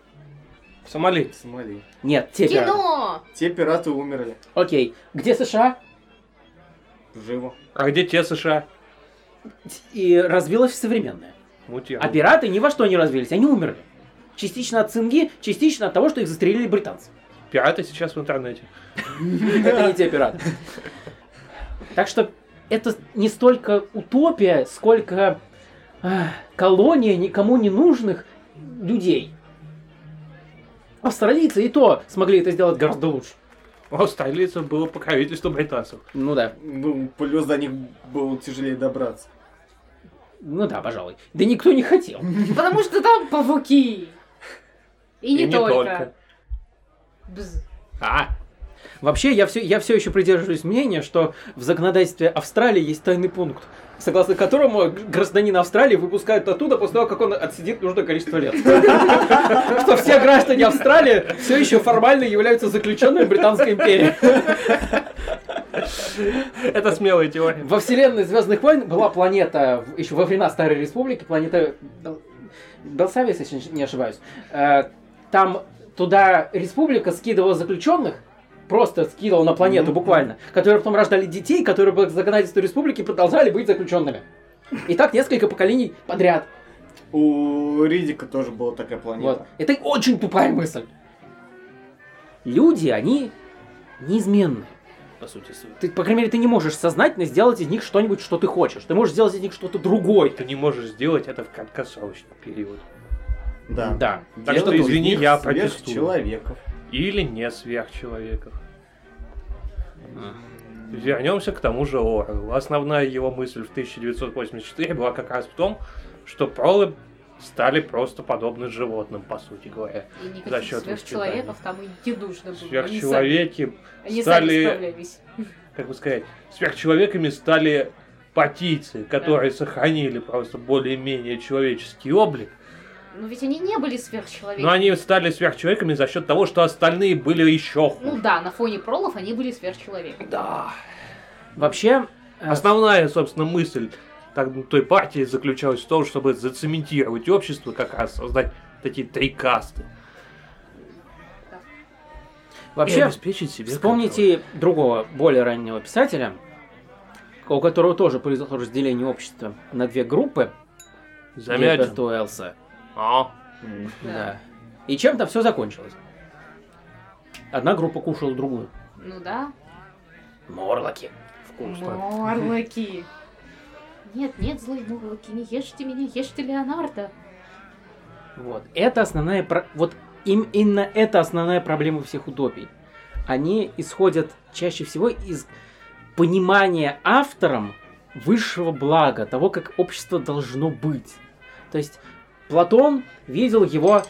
Speaker 3: В Сомали.
Speaker 1: Смотри,
Speaker 2: Нет, те пираты.
Speaker 4: Кино!
Speaker 1: те пираты умерли.
Speaker 2: Окей. Где США?
Speaker 1: Живо.
Speaker 3: А где те США?
Speaker 2: И развилась современная.
Speaker 3: Мутья.
Speaker 2: А пираты ни во что не развились, они умерли. Частично от цинги, частично от того, что их застрелили британцы.
Speaker 3: Пираты сейчас в интернете.
Speaker 2: Это не те пираты. Так что это не столько утопия, сколько ах, колония никому не нужных людей. Австралийцы и то смогли это сделать гораздо лучше.
Speaker 3: У австралийцев было покровительство британцев.
Speaker 2: Ну да,
Speaker 1: Ну, плюс до них было тяжелее добраться.
Speaker 2: ну да, пожалуй. Да никто не хотел.
Speaker 4: Потому что там павуки. И не только. Бз.
Speaker 3: А,
Speaker 2: Вообще, я все, я все еще придерживаюсь мнения, что в законодательстве Австралии есть тайный пункт, согласно которому гражданина Австралии выпускают оттуда после того, как он отсидит нужное количество лет. Что все граждане Австралии все еще формально являются заключенными Британской империи.
Speaker 3: это смелая теория.
Speaker 2: Во вселенной Звездных войн была планета, в- еще во времена Старой Республики, планета Бел- Белсавис, если не- не ошибаюсь. Э, Там туда республика скидывала заключенных, просто скидывала на планету буквально, которые потом рождали детей, которые по законодательству республики продолжали быть заключенными. И так несколько поколений подряд.
Speaker 1: У Ридика тоже была такая
Speaker 2: Вот.
Speaker 1: планета.
Speaker 2: Это очень тупая мысль. Люди, они неизменны.
Speaker 3: По сути, суть.
Speaker 2: Ты, по крайней мере, ты не можешь сознательно сделать из них что-нибудь, что ты хочешь. Ты можешь сделать из них что-то другое.
Speaker 3: Ты не можешь сделать это в краткосрочный период.
Speaker 1: Да.
Speaker 2: Да.
Speaker 3: Так
Speaker 1: Делают
Speaker 3: что,
Speaker 1: из
Speaker 3: извини,
Speaker 1: них
Speaker 3: я протестую.
Speaker 1: сверхчеловеков.
Speaker 3: Или не сверхчеловеков. Вернемся к тому же Орелу. Основная его мысль в 1984 была как раз в том, что пролы стали просто подобны животным, по сути говоря.
Speaker 4: И
Speaker 3: За
Speaker 4: никаких
Speaker 3: счет
Speaker 4: сверхчеловеков там и не нужно было. Они сами-
Speaker 3: Сверхчеловеки
Speaker 4: Они сами
Speaker 3: стали,
Speaker 4: справлялись.
Speaker 3: как бы сказать, сверхчеловеками стали патийцы, которые сохранили просто более-менее человеческий облик,
Speaker 4: Но Ну, ведь они не были
Speaker 3: но
Speaker 4: сверхчеловеками.
Speaker 3: Ну, они стали сверхчеловеками за счет того, что остальные были еще
Speaker 4: Ну
Speaker 3: хуже.
Speaker 4: да, на фоне пролов они были сверхчеловеками.
Speaker 3: Да.
Speaker 2: Вообще, э,
Speaker 3: Основная, собственно, мысль так, ну, той партии заключалась в том, чтобы зацементировать общество, как раз создать такие три касты. И
Speaker 2: вообще
Speaker 3: обеспечить себе
Speaker 2: вспомните другого, более раннего писателя, у которого тоже произошло разделение общества на две группы.
Speaker 3: контроль. Замятин.
Speaker 2: Гилберта Уэллса.
Speaker 3: А,
Speaker 2: Да. И чем-то все закончилось. Одна группа кушала другую.
Speaker 4: Ну да.
Speaker 2: Морлоки.
Speaker 3: вкусно.
Speaker 4: Морлоки. Нет, нет, злые морлоки, не ешьте меня, ешьте Леонардо.
Speaker 2: Вот. Это основная... про- Вот им именно это основная проблема всех утопий. Они исходят чаще всего из понимания автором высшего блага, того, как общество должно быть. То есть Платон видел его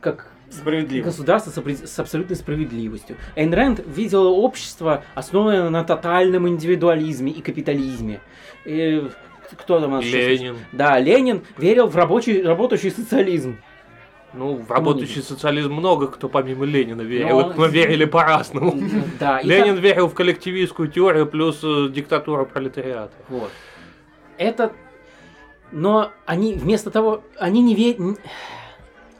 Speaker 2: как
Speaker 1: Справедливо.
Speaker 2: государство с опре- с абсолютной справедливостью. Эйн Рэнд видела общество, основанное на тотальном индивидуализме и капитализме. И кто там у нас еще есть?
Speaker 3: Ленин.
Speaker 2: Да, Ленин верил в рабочий, работающий социализм.
Speaker 3: Ну, в работающий социализм много кто помимо Ленина верил.
Speaker 2: Но
Speaker 3: Вот Мы
Speaker 2: он-
Speaker 3: верили по-разному.
Speaker 2: Да, и
Speaker 3: Ленин верил в коллективистскую теорию плюс э, диктатуру пролетариата.
Speaker 2: так- вот. Это... Но они вместо того... Они не верят...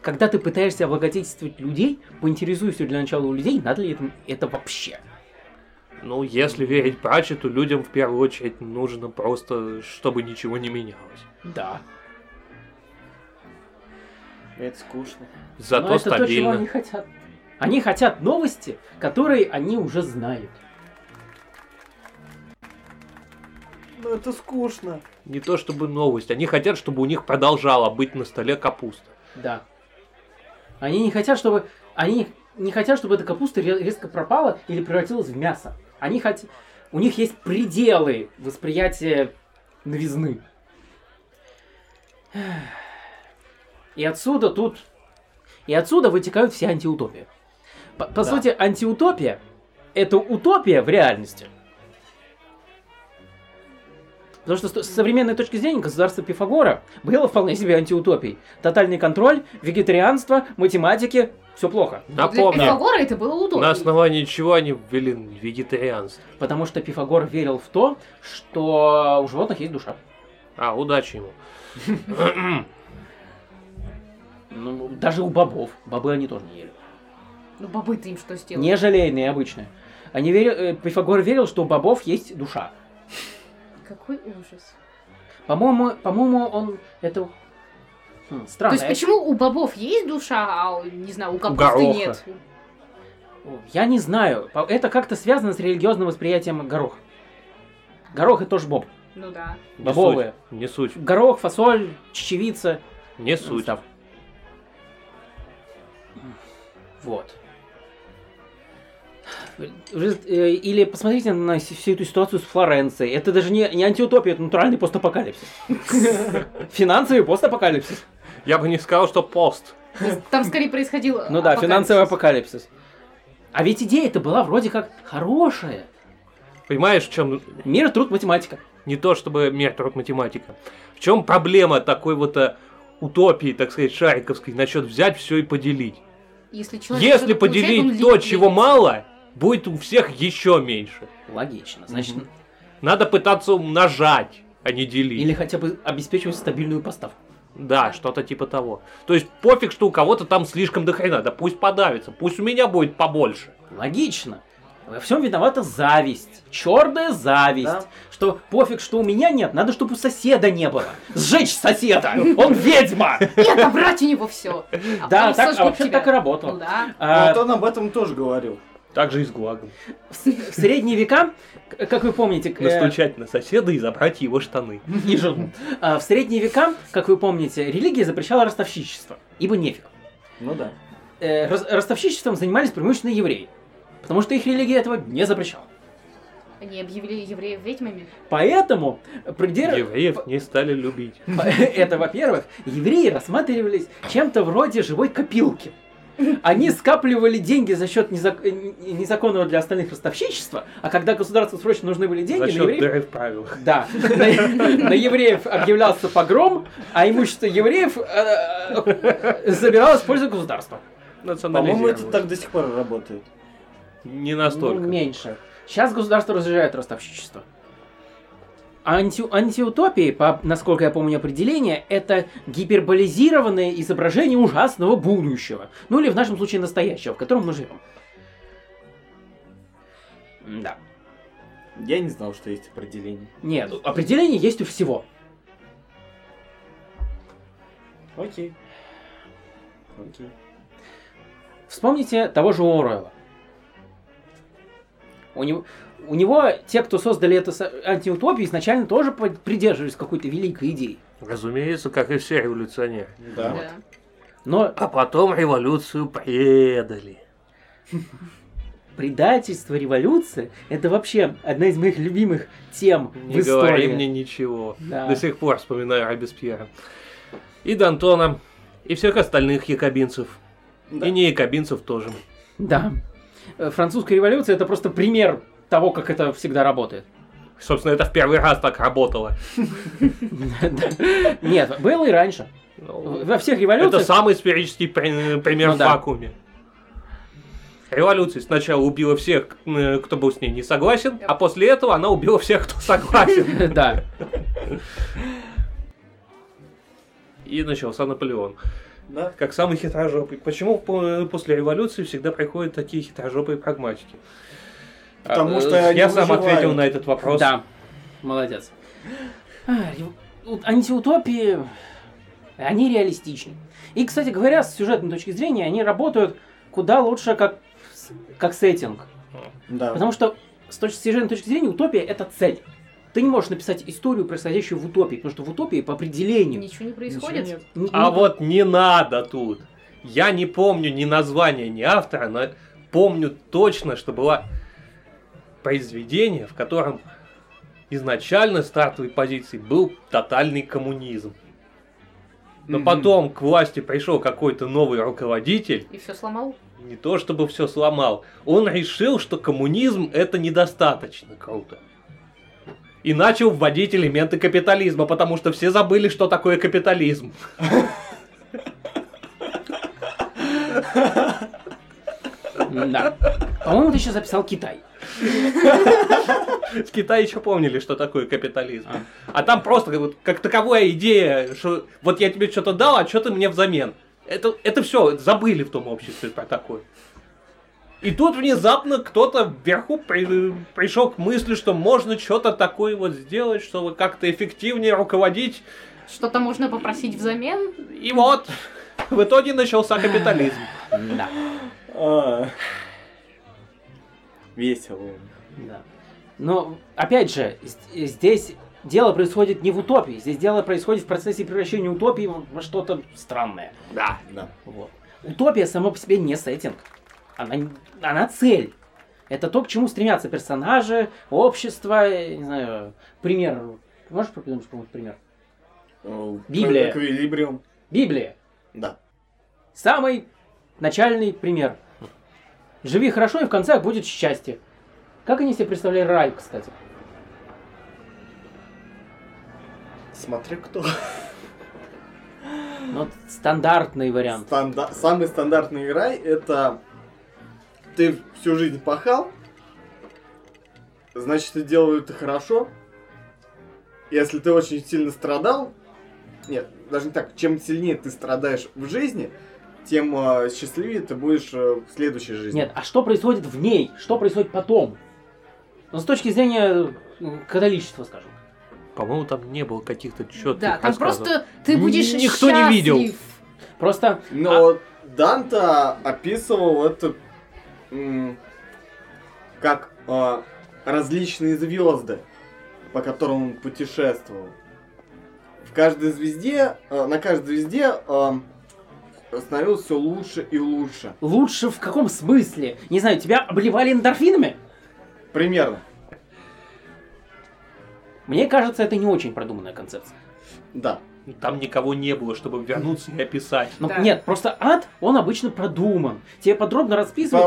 Speaker 2: Когда ты пытаешься облагодетельствовать людей, поинтересуйся для начала у людей, надо ли это, это вообще.
Speaker 3: Ну, если верить Пратчету, людям в первую очередь нужно просто, чтобы ничего не менялось.
Speaker 2: Да.
Speaker 1: Это скучно.
Speaker 3: Зато
Speaker 2: Но это то, чего
Speaker 3: стабильно.
Speaker 2: они хотят. Они хотят новости, которые они уже знают.
Speaker 1: Ну это скучно.
Speaker 3: Не то чтобы новость, они хотят, чтобы у них продолжала быть на столе капуста.
Speaker 2: Да. Они не хотят, чтобы... Они... не хотят, чтобы эта капуста ре- резко пропала или превратилась в мясо. Они хот... У них есть пределы восприятия новизны. И отсюда тут... И отсюда вытекают все антиутопии. По, по сути, антиутопия — это утопия в реальности. Потому что с т- с современной точки зрения государство Пифагора было вполне себе антиутопией. Тотальный контроль, вегетарианство, математики — все плохо.
Speaker 4: Для
Speaker 3: Напомню,
Speaker 4: Пифагора это было
Speaker 3: на
Speaker 4: удобно.
Speaker 3: основании чего они ввели вегетарианство.
Speaker 2: Потому что Пифагор верил в то, что у животных есть душа.
Speaker 3: А, удачи ему.
Speaker 2: Ну, даже у бобов. Бобы они тоже не ели.
Speaker 4: Ну, бобы-то им что сделали?
Speaker 2: Не желейные обычные. Они верил, э, Пифагор верил, что у бобов есть душа.
Speaker 4: Какой ужас.
Speaker 2: По-моему, по-моему, он это хм,
Speaker 4: То
Speaker 2: странно.
Speaker 4: есть, почему у бобов есть душа, а, у, не знаю, у капусты
Speaker 3: гороха.
Speaker 4: нет?
Speaker 2: Я не знаю. По- Это как-то связано с религиозным восприятием гороха. Горох это тоже боб.
Speaker 4: Ну да.
Speaker 3: Не суть.
Speaker 2: Бобовые.
Speaker 3: Не суть.
Speaker 2: Горох, фасоль, чечевица.
Speaker 3: Не суть.
Speaker 2: Сустав. Вот. Жест- э, Или посмотрите на с- всю эту ситуацию с Флоренцией. Это даже не, не антиутопия, это натуральный постапокалипсис. Финансовый постапокалипсис.
Speaker 3: Я бы не сказал, что пост.
Speaker 4: То есть Там скорее происходило
Speaker 2: Ну да,
Speaker 4: апокалипсис.
Speaker 2: финансовый апокалипсис. А ведь идея-то была вроде как хорошая.
Speaker 3: Понимаешь, в чем
Speaker 2: Мир, труд, математика.
Speaker 3: не то чтобы мир труд математика. В чем проблема такой вот э, утопии, так сказать, шариковской, насчет взять все и поделить?
Speaker 4: Если, человек
Speaker 3: Если
Speaker 4: что-то получает, он
Speaker 3: поделить
Speaker 4: ли-
Speaker 3: то, чего
Speaker 4: делится.
Speaker 3: мало, будет у всех еще меньше.
Speaker 2: Логично. Значит,
Speaker 3: Надо пытаться умножать, а не делить.
Speaker 2: или хотя бы обеспечивать стабильную поставку.
Speaker 3: Да, что-то типа того. То есть пофиг, что у кого-то там слишком дохрена, да пусть подавится, пусть у меня будет побольше.
Speaker 2: Логично. Во всем виновата зависть. Черная зависть.
Speaker 1: Да.
Speaker 2: Что пофиг, что у меня нет, надо, чтобы у соседа не было. Сжечь соседа! Он ведьма!
Speaker 4: И отобрать у него все.
Speaker 2: Да, так, а вообще так и
Speaker 4: Ну
Speaker 2: работало.
Speaker 4: да.
Speaker 2: А,
Speaker 1: Ну, Вот он об этом тоже говорил.
Speaker 3: Также и с ГУЛАГом.
Speaker 2: в с- в средние века, к- как вы помните, к- э,
Speaker 3: Настучать на соседа и забрать его штаны.
Speaker 2: и жену. А, в средние века, как вы помните, религия запрещала ростовщичество, ибо нефиг.
Speaker 1: Ну да.
Speaker 2: Э, рос- ростовщичеством занимались преимущественно евреи, потому что их религия этого не запрещала.
Speaker 4: Они объявили евреев ведьмами.
Speaker 2: Поэтому э, придер-
Speaker 3: Евреев не стали любить.
Speaker 2: Это, во-первых, евреи рассматривались чем-то вроде живой копилки. Они скапливали деньги за счет незак- э, н- незаконного для остальных ростовщичества, а когда государству срочно нужны были деньги,
Speaker 3: За
Speaker 2: на
Speaker 3: счет
Speaker 2: евреев...
Speaker 3: дыры в правилах.
Speaker 2: Да, на, на евреев объявлялся погром, а имущество евреев э, э, забиралось в пользу государства.
Speaker 1: По-моему,
Speaker 3: Национализировалось.
Speaker 1: это так до сих пор работает.
Speaker 3: Не
Speaker 2: Ну,
Speaker 3: настолько.
Speaker 2: меньше. Сейчас государство разжижает ростовщичество. Анти, антиутопии, по, насколько я помню определение, это гиперболизированное изображение ужасного будущего. Ну или в нашем случае настоящего, в котором мы живем. Да.
Speaker 1: Я не знал, что есть определение.
Speaker 2: Нет, определение есть у всего.
Speaker 1: Окей. Окей.
Speaker 2: Вспомните того же Оруэлла. У него, у него те, кто создали эту со- антиутопию, изначально тоже по- придерживались какой-то великой идеи.
Speaker 3: Разумеется, как и все революционеры.
Speaker 1: Да.
Speaker 4: Да.
Speaker 2: Но
Speaker 3: А потом революцию предали.
Speaker 2: Предательство революции – это вообще одна из моих любимых тем в
Speaker 3: Не
Speaker 2: истории.
Speaker 3: говори мне ничего.
Speaker 2: Да.
Speaker 3: До сих пор вспоминаю Робеспьера. И Д'Антона, и всех остальных якобинцев. И не якобинцев тоже.
Speaker 2: Да. Э, Французская революция – это просто пример того, как это всегда работает.
Speaker 3: Собственно, это в первый раз так работало.
Speaker 2: Да. Нет, было и раньше.
Speaker 3: Ну,
Speaker 2: Во всех
Speaker 3: Это
Speaker 2: революциях…
Speaker 3: самый сферический при- пример
Speaker 2: Ну
Speaker 3: в
Speaker 2: да.
Speaker 3: вакууме. Революция сначала убила всех, э, кто был с ней не согласен, а после этого она убила всех, кто согласен.
Speaker 2: Да.
Speaker 3: И начался Наполеон.
Speaker 1: Да.
Speaker 3: Как самый хитрожопый. Почему по- после революции всегда приходят такие хитрожопые прагматики?
Speaker 1: Потому
Speaker 3: А,
Speaker 1: что
Speaker 3: э,
Speaker 1: они
Speaker 3: я сам
Speaker 1: выживают.
Speaker 3: ответил на этот вопрос.
Speaker 2: Да. Молодец. А, рев- у- Антиутопии, они реалистичны. И, кстати говоря, с сюжетной точки зрения, они работают куда лучше как, с- как сеттинг.
Speaker 1: Да.
Speaker 2: Потому что с точки сюжетной точки зрения утопия это цель. Ты не можешь написать историю, происходящую в утопии, потому что в утопии по определению Ну
Speaker 4: Ничего не происходит.
Speaker 2: ни-
Speaker 3: А
Speaker 2: ни-
Speaker 3: вот не надо тут. Я не помню ни названия, ни автора, но помню точно, что было произведение, в котором изначально стартовой позицией был тотальный коммунизм. Но
Speaker 1: Мгм.
Speaker 3: потом к власти пришел какой-то новый руководитель,
Speaker 4: И все сломал.
Speaker 3: не то чтобы все сломал, он решил, что коммунизм это недостаточно круто. И начал вводить элементы капитализма, потому что все забыли, что такое капитализм.
Speaker 2: Да. По-моему, ты еще записал Китай.
Speaker 3: В Китае еще помнили, что такое капитализм. А там просто как, вот как таковая идея, что вот я тебе что-то дал, а что ты мне взамен. Это, это все забыли в том обществе про такое. И тут внезапно кто-то вверху при- пришел к мысли, что можно что-то такое вот сделать, чтобы как-то эффективнее руководить.
Speaker 4: Что-то можно попросить взамен.
Speaker 3: И вот, в итоге начался капитализм.
Speaker 2: Да.
Speaker 1: А. Весело.
Speaker 2: Да. Но, опять же, с- здесь дело происходит не в утопии, здесь дело происходит в процессе превращения утопии во во что-то странное.
Speaker 3: Да.
Speaker 1: Да.
Speaker 2: Вот. Утопия сама по себе не сеттинг. Она, не- она цель. Это то, к чему стремятся персонажи, общество, я не знаю, пример. Можешь придумать какой-нибудь пример?
Speaker 1: О,
Speaker 2: Библия.
Speaker 1: Эквилибриум.
Speaker 2: Библия.
Speaker 1: Да.
Speaker 2: Самый начальный пример. Живи хорошо, и в конце будет счастье. Как они себе представляли рай, кстати?
Speaker 1: Смотри кто.
Speaker 2: Ну, вот стандартный вариант.
Speaker 1: Станда- Самый стандартный рай это ты всю жизнь пахал, значит ты делал это хорошо. Если ты очень сильно страдал, нет, даже не так, чем сильнее ты страдаешь в жизни, тем э, счастливее ты будешь э, в следующей жизни.
Speaker 2: Нет, а что происходит в ней? Что происходит потом? Ну, с точки зрения м, католичества, скажем.
Speaker 3: По-моему, там не было каких-то четких
Speaker 4: да, там просто ты
Speaker 3: Н-
Speaker 4: будешь
Speaker 3: никто не видел.
Speaker 4: счастлив.
Speaker 2: Просто
Speaker 1: Но
Speaker 4: А?
Speaker 1: Данта описывал это м, как а, различные звезды, по которым он путешествовал. В каждой звезде, а, на каждой звезде а, становилось все лучше и лучше.
Speaker 2: лучше в каком смысле? Не знаю, тебя обливали эндорфинами?
Speaker 1: Примерно.
Speaker 2: Мне кажется, это не очень продуманная концепция.
Speaker 1: Да.
Speaker 3: Там никого не было, чтобы вернуться и описать.
Speaker 2: Но
Speaker 4: Да.
Speaker 2: нет, просто ад, он обычно продуман. Тебе подробно расписывают,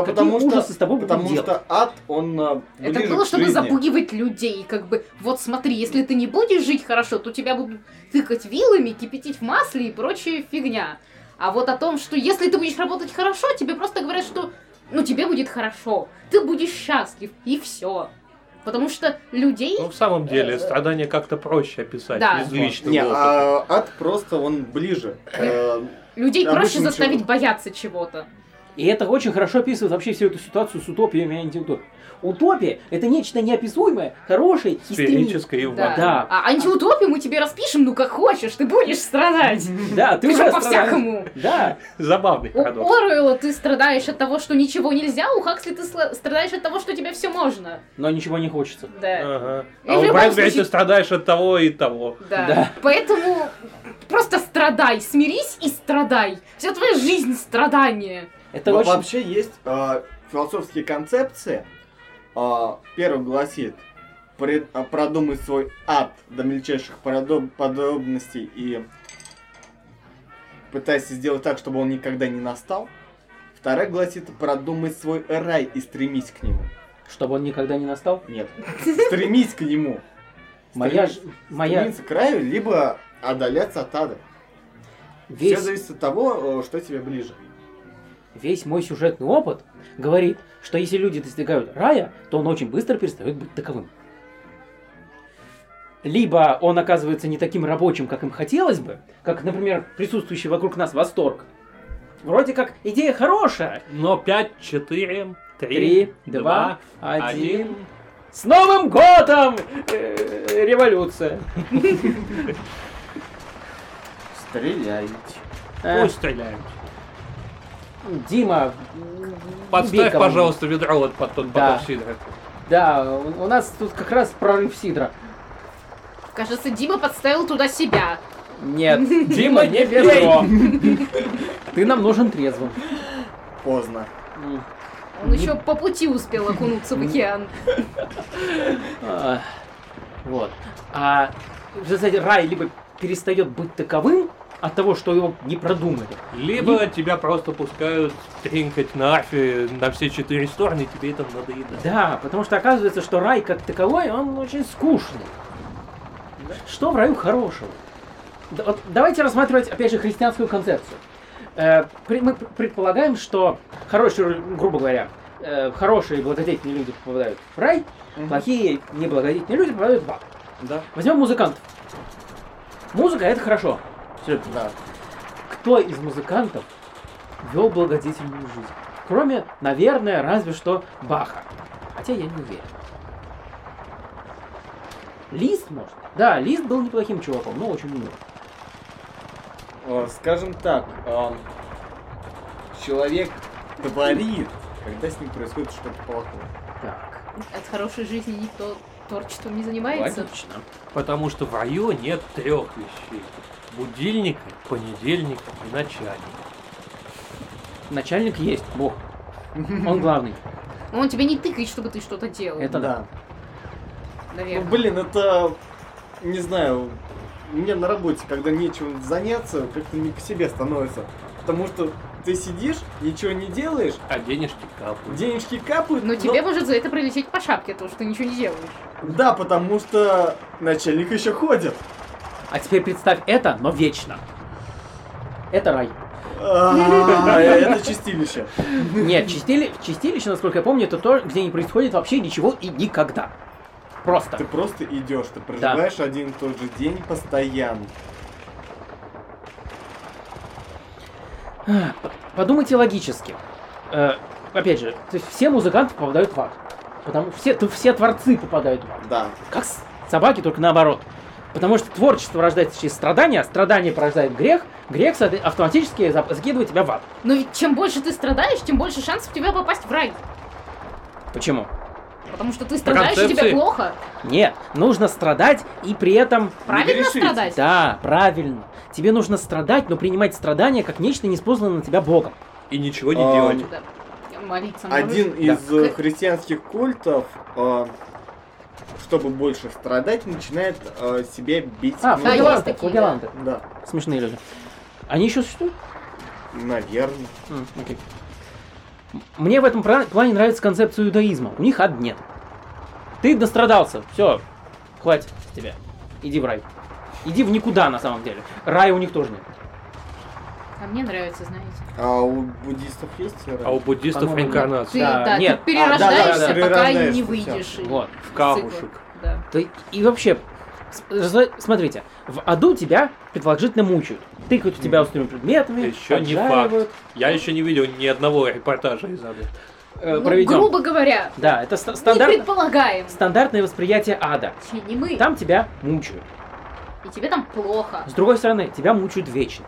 Speaker 1: Да,
Speaker 2: какие
Speaker 1: потому что-
Speaker 2: ужасы с тобой будут
Speaker 1: Потому
Speaker 2: делать.
Speaker 1: что ад, он а,
Speaker 4: Ну, Это
Speaker 1: ближе
Speaker 4: было,
Speaker 1: к
Speaker 4: чтобы
Speaker 1: жизни.
Speaker 4: запугивать людей, как бы, вот смотри, если ты не будешь жить хорошо, то тебя будут тыкать вилами, кипятить в масле и прочая фигня. А вот о том, что если ты будешь работать хорошо, тебе просто говорят, что ну тебе будет хорошо, ты будешь счастлив, и все. Потому что людей...
Speaker 3: Ну, в самом деле, страдания как-то проще описать
Speaker 4: Э, Да.
Speaker 3: из личного
Speaker 1: Не,
Speaker 3: опыта.
Speaker 1: а, ад просто он ближе. Э,
Speaker 4: Людей
Speaker 1: Обычно
Speaker 4: проще
Speaker 1: ничего.
Speaker 4: заставить бояться чего-то.
Speaker 2: И это очень хорошо описывает вообще всю эту ситуацию с утопиями и антиутопиями. Утопия — это нечто неописуемое, хорошее и стремительное.
Speaker 3: Сферическое и
Speaker 4: Да.
Speaker 2: Да.
Speaker 4: А антиутопию мы тебе распишем, ну как хочешь, ты будешь страдать.
Speaker 2: Да, ты
Speaker 4: Уже
Speaker 2: уже
Speaker 4: по-всякому.
Speaker 2: Да,
Speaker 3: Забавный
Speaker 4: У
Speaker 3: парадокс.
Speaker 4: Оруэлла ты страдаешь от того, что ничего нельзя, у Хаксли ты сла- страдаешь от того, что тебе все можно.
Speaker 2: но ничего не хочется.
Speaker 4: Да.
Speaker 3: Ага.
Speaker 4: И
Speaker 3: А
Speaker 4: в
Speaker 3: у
Speaker 4: любом
Speaker 3: Брэдбери ты
Speaker 4: случае-
Speaker 3: страдаешь от того и того.
Speaker 4: Да.
Speaker 2: Да.
Speaker 4: Поэтому просто страдай, смирись и страдай. Вся твоя жизнь страдание.
Speaker 2: Это
Speaker 1: Во-
Speaker 2: очень...
Speaker 1: Вообще есть э, философские концепции. Э, первый гласит, пред- э, продумай свой ад до мельчайших парадо- подробностей и пытайся сделать так, чтобы он никогда не настал. Вторая гласит, продумай свой рай и стремись к нему.
Speaker 2: Чтобы он никогда не настал.
Speaker 1: Нет, стремись к нему.
Speaker 2: Моя,
Speaker 1: Стремись-
Speaker 2: ж- моя
Speaker 1: Стремиться к раю, либо отдаляться от ада. Все
Speaker 2: весь,
Speaker 1: зависит от того, э, что тебе ближе.
Speaker 2: весь мой сюжетный опыт говорит, что если люди достигают рая, то он очень быстро перестает быть таковым. Либо он оказывается не таким рабочим, как им хотелось бы, как, например, присутствующий вокруг нас восторг. Вроде как идея хорошая,
Speaker 3: Но 5, 4, 3,
Speaker 2: Три, два,
Speaker 3: два,
Speaker 2: один.
Speaker 3: один.
Speaker 2: С Новым годом! Э, Революция.
Speaker 1: Стреляйте.
Speaker 2: Э,
Speaker 3: Пусть стреляют.
Speaker 2: Дима, убей
Speaker 3: Подставь,
Speaker 2: кого-нибудь.
Speaker 3: пожалуйста, ведро вот под тот
Speaker 2: Да.
Speaker 3: поток сидра.
Speaker 2: Да, у у нас тут как раз прорыв сидра.
Speaker 4: Кажется, Дима подставил туда себя.
Speaker 2: Нет,
Speaker 3: Дима, не пей!
Speaker 2: Петро. Ты нам нужен трезвым.
Speaker 1: Поздно.
Speaker 2: М,
Speaker 4: Он еще по пути успел окунуться в океан.
Speaker 2: а, Вот. А, кстати, рай либо перестает быть таковым от того, что его не продумали.
Speaker 3: Либо тебя просто пускают тринкать на арфе на все четыре стороны, и тебе это надоедает.
Speaker 2: Да, потому что оказывается, что рай как таковой, он очень скучный. Что в раю хорошего? Да, вот давайте рассматривать, опять же, христианскую концепцию. Э, при- мы пр- предполагаем, что хорошие, грубо говоря, э, хорошие и благодетельные люди попадают в рай, плохие и неблагодетельные люди попадают в ад.
Speaker 1: Да.
Speaker 2: Возьмем музыкантов. Музыка это хорошо. Всё это да. Кто из музыкантов вел благодетельную жизнь? Кроме, наверное, разве что Баха. Хотя я не уверен. Лист, может? Да, Лист был неплохим чуваком, но очень умным.
Speaker 1: Э, Скажем так, эм, человек творит, когда с ним происходит что-то плохое.
Speaker 2: Так,
Speaker 4: От хорошей жизни никто творчеством не занимается.
Speaker 2: логично.
Speaker 3: Потому что в раю нет трех вещей. Будильника, понедельника и начальника.
Speaker 2: Начальник есть, бог. Он главный.
Speaker 4: Но он тебя не тыкает, чтобы ты что-то делал,
Speaker 2: Это да.
Speaker 1: Ну,
Speaker 4: наверное.
Speaker 1: блин, это, не знаю, мне на работе, когда нечем заняться, как-то не по себе становится. Потому что ты сидишь, ничего не делаешь,
Speaker 3: А денежки капают.
Speaker 1: денежки капают.
Speaker 4: Но Ну, тебе может за это прилететь по шапке, то, что ты ничего не делаешь.
Speaker 1: Да, потому что начальник еще ходит.
Speaker 2: А теперь представь это, но вечно. Это рай.
Speaker 1: А, Это чистилище.
Speaker 2: Нет, чистили, чистилище, насколько я помню, это то, где не происходит вообще ничего и никогда. Просто.
Speaker 1: Ты просто идешь, ты проживаешь один и тот же день постоянно.
Speaker 2: Ах, Подумайте логически. Э, опять же, то есть все музыканты попадают в ад. Потому все, то все творцы попадают в ад.
Speaker 1: Да.
Speaker 2: Как с- собаки, только наоборот. Потому что творчество рождается через страдания, а страдание порождает грех, грех соответ- автоматически за- закидывает тебя в ад.
Speaker 4: Но ведь чем больше ты страдаешь, тем больше шансов у тебя попасть в рай.
Speaker 2: Почему?
Speaker 4: Потому что ты страдаешь, и тебе
Speaker 3: концепции.
Speaker 4: плохо.
Speaker 2: Нет, нужно страдать и при этом...
Speaker 4: Правильно
Speaker 1: грешите.
Speaker 4: страдать?
Speaker 2: Да, правильно. Тебе нужно страдать, но принимать страдания как нечто, неспосланное на тебя Богом.
Speaker 3: И ничего не
Speaker 1: А,
Speaker 3: делать.
Speaker 4: Да. Молиться можно.
Speaker 1: Один из
Speaker 4: Да.
Speaker 1: э, христианских культов, э, чтобы больше страдать, начинает э, себя бить.
Speaker 2: А,
Speaker 1: ножом.
Speaker 4: Да, есть
Speaker 2: флагеланты,
Speaker 4: такие,
Speaker 2: флагеланты.
Speaker 1: Да,
Speaker 2: Смешные люди. Они еще существуют?
Speaker 1: наверное.
Speaker 2: М, окей. М- Мне в этом пра- плане нравится концепция иудаизма. У них ад нет. Ты дострадался, все, хватит с тебя. Иди в рай. Иди в никуда на самом деле. Рая у них тоже нет.
Speaker 4: А мне нравится, знаете.
Speaker 1: А у буддистов есть рай?
Speaker 3: А у буддистов
Speaker 2: По-моему,
Speaker 4: Ты,
Speaker 3: реинкарнация.
Speaker 2: Да,
Speaker 4: да,
Speaker 2: нет.
Speaker 4: ты перерождаешься,
Speaker 2: А, да, да,
Speaker 1: да,
Speaker 4: пока
Speaker 1: перерождаешься,
Speaker 4: не
Speaker 1: всё.
Speaker 4: выйдешь. из
Speaker 2: Вот.
Speaker 3: В
Speaker 4: цикла.
Speaker 3: камушек.
Speaker 4: Да.
Speaker 2: Да и- и вообще, с- раз- смотрите, в аду тебя предположительно мучают. Тыкают у тебя острыми предметами,
Speaker 3: Еще не
Speaker 2: поджаривают.
Speaker 3: факт. Я еще не видел ни одного репортажа из ада.
Speaker 2: Э,
Speaker 4: Ну,
Speaker 2: проведем.
Speaker 4: грубо говоря,
Speaker 2: Да, это ста-
Speaker 4: мы
Speaker 2: стандарт-
Speaker 4: предполагаем.
Speaker 2: стандартное восприятие ада.
Speaker 4: Точнее, не мы.
Speaker 2: Там тебя мучают.
Speaker 4: И тебе там плохо.
Speaker 2: С другой стороны, тебя мучают вечно.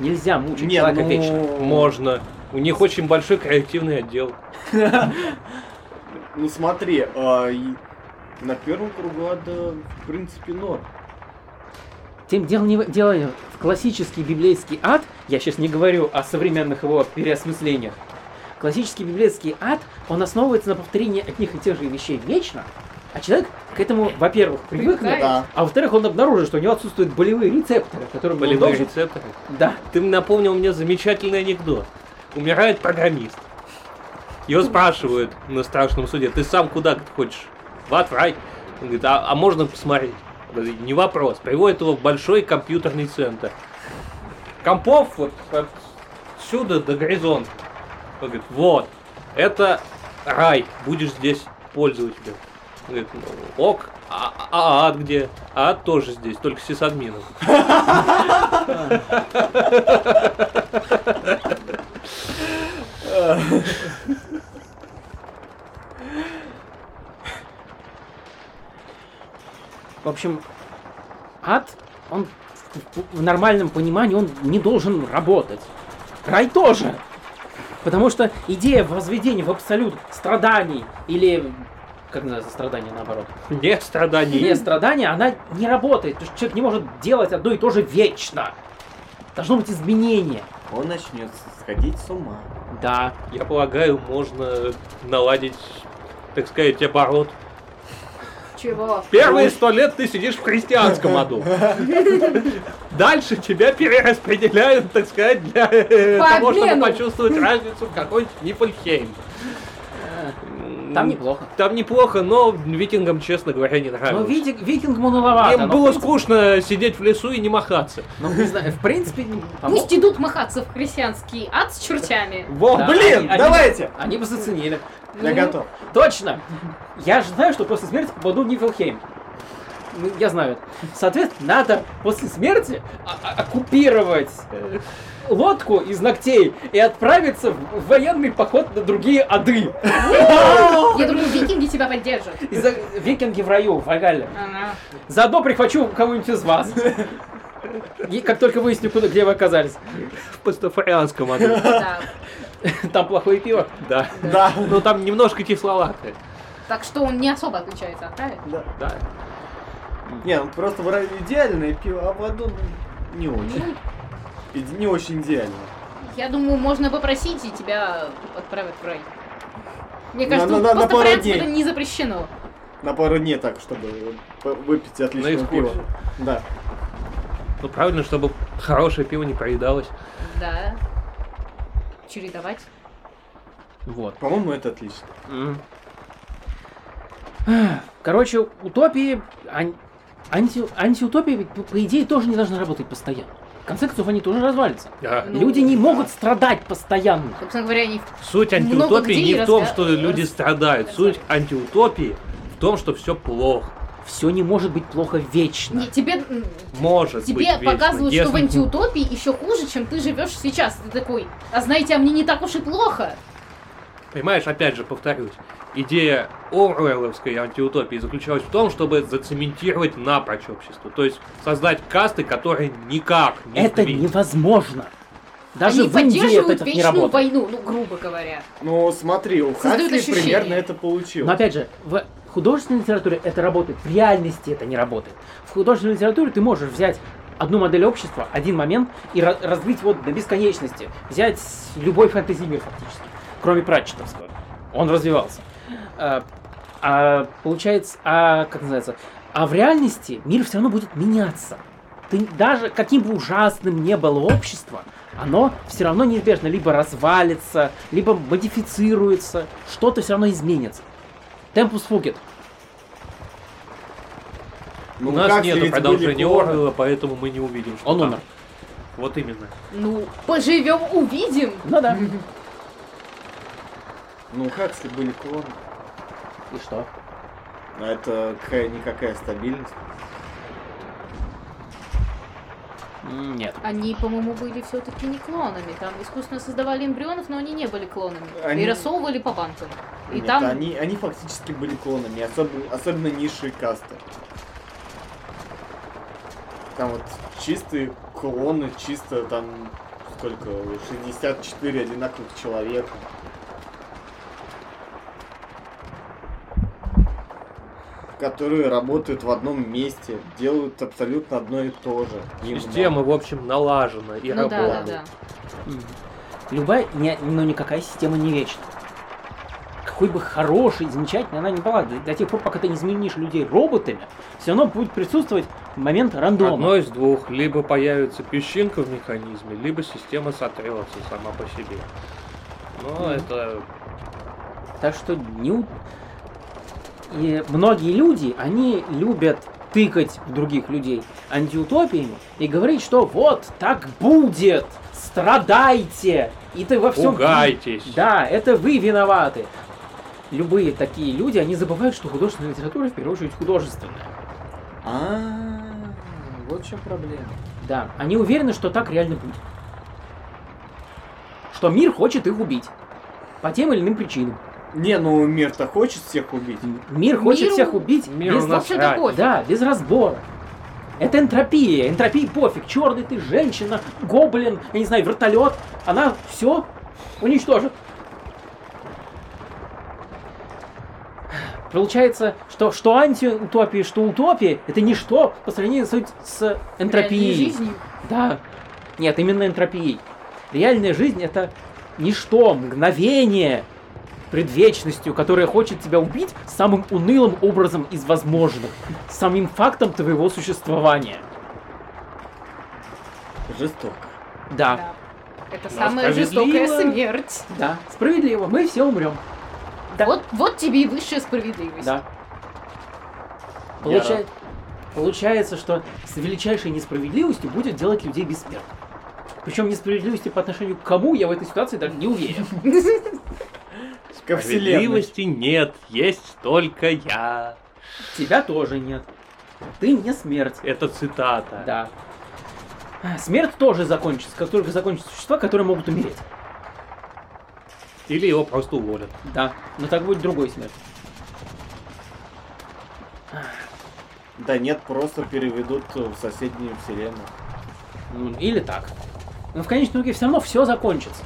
Speaker 2: Нельзя мучить
Speaker 1: Не,
Speaker 2: человека
Speaker 1: ну,
Speaker 2: вечно.
Speaker 3: Можно. У них очень большой креативный отдел.
Speaker 1: Ну смотри, а, и на первом кругу ада, в принципе, норм.
Speaker 2: Тем дело не в- дело не в классический библейский ад, я сейчас не говорю о современных его переосмыслениях. Классический библейский ад, он основывается на повторении одних и тех же вещей вечно, а человек к этому, во-первых, привыкнет,
Speaker 4: Привыкает.
Speaker 1: Да.
Speaker 2: а во-вторых, он обнаружит, что у него отсутствуют болевые рецепторы, которые он
Speaker 3: Болевые
Speaker 2: Ну, должен-
Speaker 3: рецепторы.
Speaker 2: Да.
Speaker 3: Ты напомнил мне замечательный анекдот. Умирает программист. Его спрашивают на страшном суде, ты сам куда говорит, хочешь? В ад, в рай? Он говорит, а, а можно посмотреть? Он говорит, Не вопрос. Приводит его в большой компьютерный центр. Компов вот отсюда до горизонта. Он говорит, вот, это рай, будешь здесь пользователем. Он говорит, «Ну, ок, а, а- а ад где? А ад тоже здесь, только с админом.
Speaker 2: В общем, ад, он в- в нормальном понимании, он не должен работать. Рай тоже. Потому что идея возведения в абсолют страданий или как называется, страдание наоборот.
Speaker 3: Не страданий.
Speaker 2: Не страдание, она не работает, потому что человек не может делать одно и то же вечно. Должно быть изменение.
Speaker 8: Он начнет сходить с ума.
Speaker 2: Да.
Speaker 3: Я полагаю, можно наладить, так сказать, оборот.
Speaker 4: Чего?
Speaker 3: Первые сто лет ты сидишь в христианском аду. Дальше тебя перераспределяют, так сказать, для э,
Speaker 4: По
Speaker 3: того, чтобы
Speaker 4: обмену.
Speaker 3: почувствовать разницу в какой-нибудь Нифльхейм.
Speaker 2: Э, Там неплохо.
Speaker 3: Там неплохо, но викингам, честно говоря, не
Speaker 2: Но
Speaker 3: нравилось.
Speaker 2: викинг, викингу маловато.
Speaker 3: Им
Speaker 2: но,
Speaker 3: было скучно сидеть в лесу и не махаться.
Speaker 2: ну, не знаю, в принципе, ну, не- по-моему,
Speaker 4: Пусть идут махаться в христианский ад с чертями.
Speaker 3: Вот,
Speaker 2: Да,
Speaker 3: блин!
Speaker 2: они- они-
Speaker 1: Давайте!
Speaker 2: Они бы заценили.
Speaker 1: Я готов.
Speaker 2: Точно! Я же знаю, что после смерти попаду в Нифлхейм. Ну, Я знаю это. Соответственно, надо после смерти а- а- оккупировать э, лодку из ногтей и отправиться в военный поход на другие ады.
Speaker 4: Я думаю, викинги тебя поддержат.
Speaker 2: И за- Викинги в раю, в Вальгалле.
Speaker 4: Ага.
Speaker 2: Заодно прихвачу кого-нибудь из вас. И как только выясню, куда, где вы оказались.
Speaker 3: В пастафарианском аду.
Speaker 4: Да.
Speaker 2: Там плохое пиво.
Speaker 3: Да.
Speaker 1: Да.
Speaker 3: Но там немножко кисловато.
Speaker 4: Так что он не особо отличается от правил.
Speaker 3: Да.
Speaker 1: Не, ну просто в раю идеальное пиво, а в аду ну, не очень. И не очень идеально.
Speaker 4: Я думаю, можно попросить, и тебя отправят в рай. Мне
Speaker 1: На-
Speaker 4: кажется,
Speaker 1: на- на- на
Speaker 4: просто
Speaker 1: пару
Speaker 4: вариантов
Speaker 1: дней.
Speaker 4: это не запрещено.
Speaker 1: На пару дней так, чтобы п- выпить отличное пиво.
Speaker 3: экскурсию.
Speaker 1: Да.
Speaker 3: Ну правильно, чтобы хорошее пиво не проедалось.
Speaker 4: Да. Чередовать.
Speaker 2: Вот.
Speaker 1: По-моему, это отлично.
Speaker 2: Короче, утопии, ан- анти, антиутопии, ведь, по, по идее, тоже не должны работать постоянно. В конце концов, они тоже развалятся.
Speaker 3: Да.
Speaker 4: Ну,
Speaker 2: Люди не могут страдать постоянно.
Speaker 4: Собственно говоря, они...
Speaker 3: Суть
Speaker 4: Много
Speaker 3: антиутопии
Speaker 4: где
Speaker 3: не
Speaker 4: и
Speaker 3: в том,
Speaker 4: раска-
Speaker 3: что люди страдают. Суть антиутопии в том, что все плохо.
Speaker 2: Все не может быть плохо вечно.
Speaker 4: Не, тебе м,
Speaker 3: Может быть
Speaker 4: тебе
Speaker 3: вечно,
Speaker 4: показывают, что в
Speaker 3: если-
Speaker 4: антиутопии еще хуже, чем ты живешь сейчас. Ты такой, а знаете, а мне не так уж и плохо.
Speaker 3: Понимаешь, опять же, повторюсь, идея Оруэлловской антиутопии заключалась в том, чтобы зацементировать напрочь общество. То есть создать касты, которые никак не
Speaker 2: это
Speaker 3: сдвинь-
Speaker 2: невозможно. Даже
Speaker 4: они
Speaker 2: в Индии это
Speaker 4: поддерживают
Speaker 2: так не
Speaker 4: вечную
Speaker 2: работает.
Speaker 4: войну, ну, грубо говоря.
Speaker 1: Ну, смотри, у
Speaker 4: Создают
Speaker 1: Хаксли
Speaker 4: ощущение.
Speaker 1: примерно это получилось.
Speaker 2: Но опять же, в художественной литературе это работает, в реальности это не работает. В художественной литературе ты можешь взять одну модель общества, один момент, и ра- развить вот до бесконечности. Взять любой фэнтези-мир фактически, кроме Пратчетовского. Он развивался. А, а получается, а как называется, а в реальности мир все равно будет меняться. Ты даже каким бы ужасным ни было общество, оно все равно неизбежно либо развалится, либо модифицируется, что-то все равно изменится. Темпус фугет.
Speaker 1: Ну,
Speaker 3: У нас
Speaker 1: как
Speaker 3: нет
Speaker 1: ведь
Speaker 3: продолжения
Speaker 1: были планы?
Speaker 3: Оруэлла, поэтому мы не увидим, что
Speaker 2: Он
Speaker 3: там.
Speaker 2: умер.
Speaker 3: Вот именно.
Speaker 4: Ну, поживем, увидим.
Speaker 2: Ну да.
Speaker 1: Ну, у Хаксли были клоны.
Speaker 2: И что?
Speaker 1: А это какая-никакая стабильность.
Speaker 2: М, Нет.
Speaker 4: Они, по-моему, были все-таки не клонами. Там искусственно создавали эмбрионов, но они не были клонами.
Speaker 1: Они-
Speaker 4: И рассовывали по банкам. И
Speaker 1: Нет,
Speaker 4: там
Speaker 1: они, они фактически были клонами, особенно, особенно низшие касты. Там вот чистые клоны, чисто там сколько, 64 одинаковых человека. Которые работают в одном месте, делают абсолютно одно и то же. Им
Speaker 3: Система, в общем, налажена и
Speaker 4: ну да, да,
Speaker 3: работает.
Speaker 4: да.
Speaker 2: М. Любая, не, ну никакая система не вечна. Какой бы хорошей, замечательной она ни была, до, до тех пор, пока ты не изменишь людей роботами, все равно будет присутствовать момент рандома.
Speaker 3: Одно из двух. Либо появится песчинка в механизме, либо система сотрется сама по себе. Но это...
Speaker 2: Так что не... у- И многие люди, они любят тыкать в других людей антиутопиями и говорить, что вот так будет, страдайте, и ты во всем...
Speaker 3: Пугайтесь!
Speaker 2: Да, это вы виноваты. Любые такие люди, они забывают, что художественная литература в первую очередь художественная.
Speaker 8: А, вот в чем проблема.
Speaker 2: Да, они уверены, что так реально будет. Что мир хочет их убить. По тем или иным причинам.
Speaker 1: Не, ну мир-то хочет всех убить.
Speaker 2: М- Мир хочет
Speaker 4: Миру-
Speaker 2: всех убить
Speaker 3: Миру
Speaker 2: без
Speaker 3: на-
Speaker 4: В общем-то,
Speaker 3: Насрать.
Speaker 4: пофиг.
Speaker 2: Да, без разбора. Это энтропия. Энтропии пофиг. Черный ты, женщина, гоблин, я не знаю, вертолет. Она все уничтожит. Получается, что, что антиутопия, что утопия, это ничто по сравнению с, с
Speaker 4: ну Реальной
Speaker 2: энтропией.
Speaker 4: жизнью.
Speaker 2: Да. Нет, именно энтропией. Реальная жизнь это ничто, мгновение пред вечностью, которое хочет тебя убить самым унылым образом из возможных, самим фактом твоего существования.
Speaker 1: Жестоко.
Speaker 2: Да,
Speaker 4: Да. Это самая
Speaker 3: справедливо.
Speaker 4: жестокая смерть.
Speaker 2: да, справедливо, мы все умрем. Да.
Speaker 4: Вот, вот тебе и высшая справедливость.
Speaker 2: Да. Получа- Получается, что с величайшей несправедливостью будет делать людей бессмертными. Причем несправедливости по отношению к кому, я в этой ситуации даже не уверен.
Speaker 1: Ко вселенной.
Speaker 3: Справедливости нет, есть только я.
Speaker 2: Тебя тоже нет. Ты не смерть.
Speaker 3: Это цитата.
Speaker 2: Да. А, Смерть тоже закончится, как только закончатся существа, которые могут умереть.
Speaker 3: Или его просто уволят.
Speaker 2: Да, но так будет другой смерть.
Speaker 1: Да нет, просто переведут в соседнюю вселенную.
Speaker 2: Ну, или так. Но в конечном итоге все равно все закончится.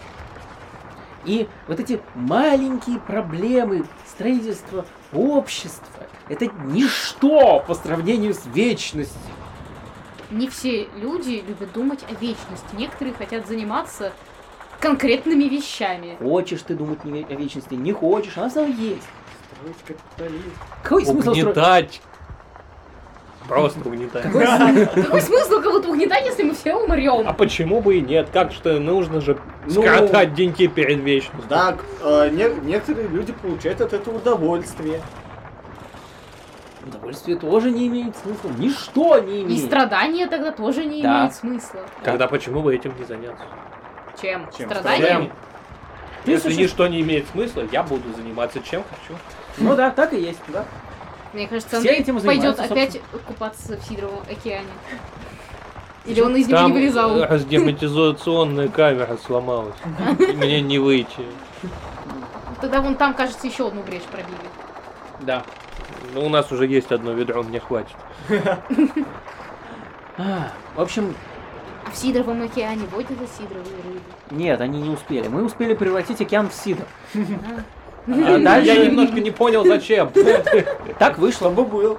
Speaker 2: И вот эти маленькие проблемы строительства общества, это ничто по сравнению с вечностью.
Speaker 4: Не все люди любят думать о вечности. Некоторые хотят заниматься конкретными вещами.
Speaker 2: Хочешь ты думать не ве- о вечности, не хочешь, она все равно есть.
Speaker 1: Строить капитализм.
Speaker 2: Какой смысл строить?
Speaker 3: Угнетать. Просто угнетать.
Speaker 2: Какой смысл?
Speaker 4: Какой смысл кого-то угнетать, если мы все
Speaker 3: А
Speaker 4: умрем?
Speaker 3: почему бы и нет? Как что нужно же
Speaker 2: Ну.
Speaker 3: скоротать деньги перед вечностью.
Speaker 1: Да, к- э, не- некоторые люди получают от этого удовольствие.
Speaker 2: Удовольствие тоже не имеет смысла. Ничто не
Speaker 4: И
Speaker 2: имеет.
Speaker 4: страдания тогда тоже не
Speaker 2: Да.
Speaker 4: имеют смысла.
Speaker 3: Тогда почему бы этим не заняться?
Speaker 4: Чем?
Speaker 1: Чем?
Speaker 4: Страданием?
Speaker 3: Чем?
Speaker 2: Ты
Speaker 3: Если
Speaker 2: суще-
Speaker 3: ничто не имеет смысла, я буду заниматься чем хочу.
Speaker 2: Ну да, так и есть, да.
Speaker 4: Мне кажется,
Speaker 2: Все
Speaker 4: Андрей
Speaker 2: этим и
Speaker 4: пойдет
Speaker 2: занимаются,
Speaker 4: опять купаться в Сидоровом океане. Или он из него не
Speaker 3: Там
Speaker 4: вылезал.
Speaker 3: э, разгерметизационная камера сломалась. И Мне не выйти.
Speaker 4: Тогда вон там, кажется, еще одну брешь пробили.
Speaker 2: Да.
Speaker 3: Ну, у нас уже есть одно ведро, мне хватит.
Speaker 2: А, в общем,
Speaker 4: А в Сидоровом океане водятся сидоровые рыбы.
Speaker 2: нет, они не успели. Мы успели превратить океан в сидр.
Speaker 4: А.
Speaker 3: А
Speaker 2: дальше-
Speaker 3: Я немножко не понял, зачем.
Speaker 2: Так вышло. бы был.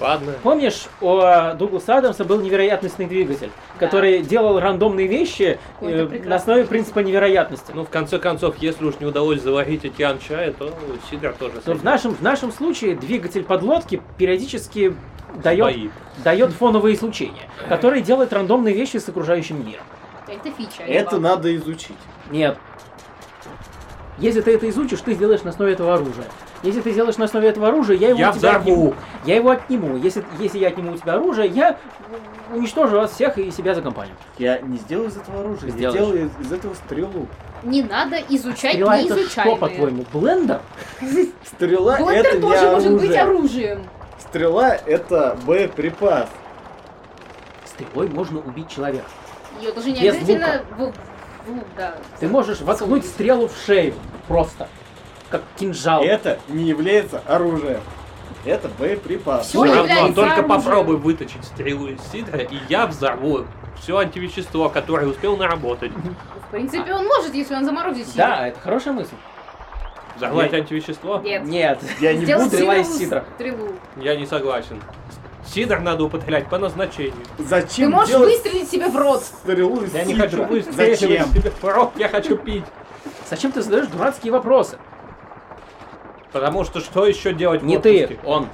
Speaker 3: Ладно.
Speaker 2: Помнишь, у э, Дугласа Адамса был невероятностный двигатель, который делал рандомные вещи
Speaker 4: Ой,
Speaker 2: э,
Speaker 4: это прекрасно.
Speaker 2: на основе принципа невероятности.
Speaker 3: Ну, в конце концов, если уж не удалось заварить океан чая, то сидр тоже
Speaker 2: Но в нашем, в нашем случае двигатель подлодки периодически дает, дает фоновые излучения, которые делают рандомные вещи с окружающим миром.
Speaker 4: Это фича. а не
Speaker 1: Это
Speaker 4: баг.
Speaker 1: надо изучить.
Speaker 2: Нет. Если ты это изучишь, ты сделаешь на основе этого оружия. Если ты сделаешь на основе этого оружия, я его
Speaker 3: Я
Speaker 2: у тебя
Speaker 3: взорву.
Speaker 2: отниму. Я его отниму. Если, если я отниму у тебя оружие, я уничтожу вас всех и себя за компанию.
Speaker 1: Я не сделаю из этого оружия, я
Speaker 2: Сделаешь.
Speaker 1: сделаю из, из этого стрелу.
Speaker 4: Не надо изучать
Speaker 2: Стрела
Speaker 4: не
Speaker 2: это что, по-твоему, блендер?
Speaker 1: Стрела это
Speaker 4: Блендер
Speaker 1: не
Speaker 4: тоже
Speaker 1: оружие.
Speaker 4: может быть оружием.
Speaker 1: Стрела это боеприпас.
Speaker 2: Стрелой можно убить человека.
Speaker 4: Ее даже не
Speaker 2: Без
Speaker 4: обязательно... в- в лук, да.
Speaker 2: Ты можешь воткнуть стрелу в шею просто, как кинжал.
Speaker 1: Это не является оружием. Это боеприпас.
Speaker 4: Всё
Speaker 3: Всё равно,
Speaker 4: является
Speaker 3: только
Speaker 4: оружием.
Speaker 3: попробуй выточить стрелу из сидра, и я взорву все антивещество, которое успел наработать.
Speaker 4: В принципе, он может, если он заморозит сидр.
Speaker 2: Да, это хорошая мысль.
Speaker 3: Взорвать антивещество?
Speaker 4: Нет.
Speaker 2: Нет.
Speaker 1: Я не
Speaker 4: Сделал
Speaker 1: буду
Speaker 2: стрела из
Speaker 4: сидоровую
Speaker 2: сидра.
Speaker 4: стрелу.
Speaker 3: Я не согласен. Сидр надо употреблять по назначению.
Speaker 4: Ты
Speaker 1: Зачем
Speaker 4: можешь
Speaker 1: делать
Speaker 4: выстрелить себе в рот.
Speaker 1: стрелу из
Speaker 3: Я не
Speaker 1: сидра?
Speaker 3: хочу выстрелить
Speaker 1: Зачем?
Speaker 3: себе в рот, я хочу пить.
Speaker 2: Зачем ты задаешь дурацкие вопросы?
Speaker 3: Потому что что еще делать в
Speaker 2: Не
Speaker 3: отпуске?
Speaker 2: ты, он.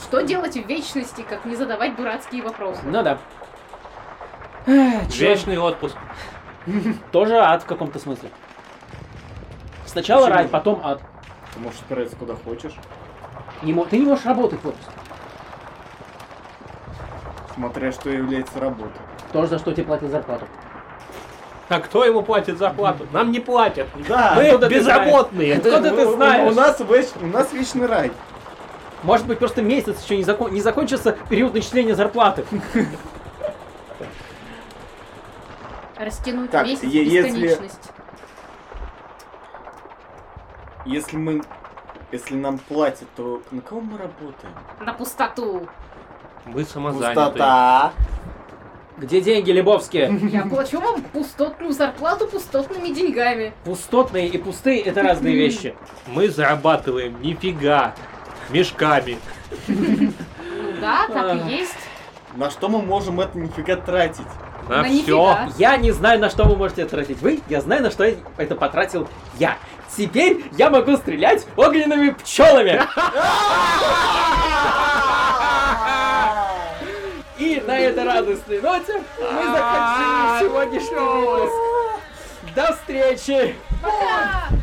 Speaker 4: Что делать в вечности, как не задавать дурацкие вопросы?
Speaker 2: Ну да. Эх, человек-
Speaker 3: Вечный отпуск.
Speaker 2: Тоже ад в каком-то смысле. Сначала
Speaker 1: Почему?
Speaker 2: рай, потом ад.
Speaker 1: Ты можешь отправиться куда хочешь.
Speaker 2: Не мо- ты не можешь работать в отпуске.
Speaker 1: Смотря что является работой.
Speaker 2: Тоже за что тебе платят зарплату.
Speaker 3: А кто ему платит зарплату? Нам не платят.
Speaker 1: Да,
Speaker 3: Мы
Speaker 2: откуда ты
Speaker 3: безработные.
Speaker 2: Откуда ты
Speaker 1: У- у-
Speaker 2: знаешь?
Speaker 1: У нас, веч- у нас вечный рай.
Speaker 2: Может быть, просто месяц еще не, закон- не закончился период начисления зарплаты.
Speaker 4: Растянуть
Speaker 1: Так,
Speaker 4: месяц в
Speaker 1: е- если-
Speaker 4: бесконечность.
Speaker 1: Если мы... Если нам платят, то на кого мы работаем?
Speaker 4: На пустоту.
Speaker 3: Мы самозанятые.
Speaker 1: Пустота.
Speaker 2: Где деньги, Лебовские?
Speaker 4: Я плачу вам пустотную зарплату пустотными деньгами.
Speaker 2: Пустотные и пустые – это разные вещи.
Speaker 9: Мы зарабатываем нифига мешками.
Speaker 4: Ну Да, так и есть.
Speaker 1: На что мы можем это нифига тратить?
Speaker 9: На
Speaker 4: На
Speaker 9: все.
Speaker 4: нифига.
Speaker 2: Я не знаю, на что вы можете это тратить вы, я знаю, на что это потратил я. Теперь я могу стрелять огненными пчелами. И на этой радостной ноте мы закончили сегодняшний выпуск. До встречи!
Speaker 4: Пока!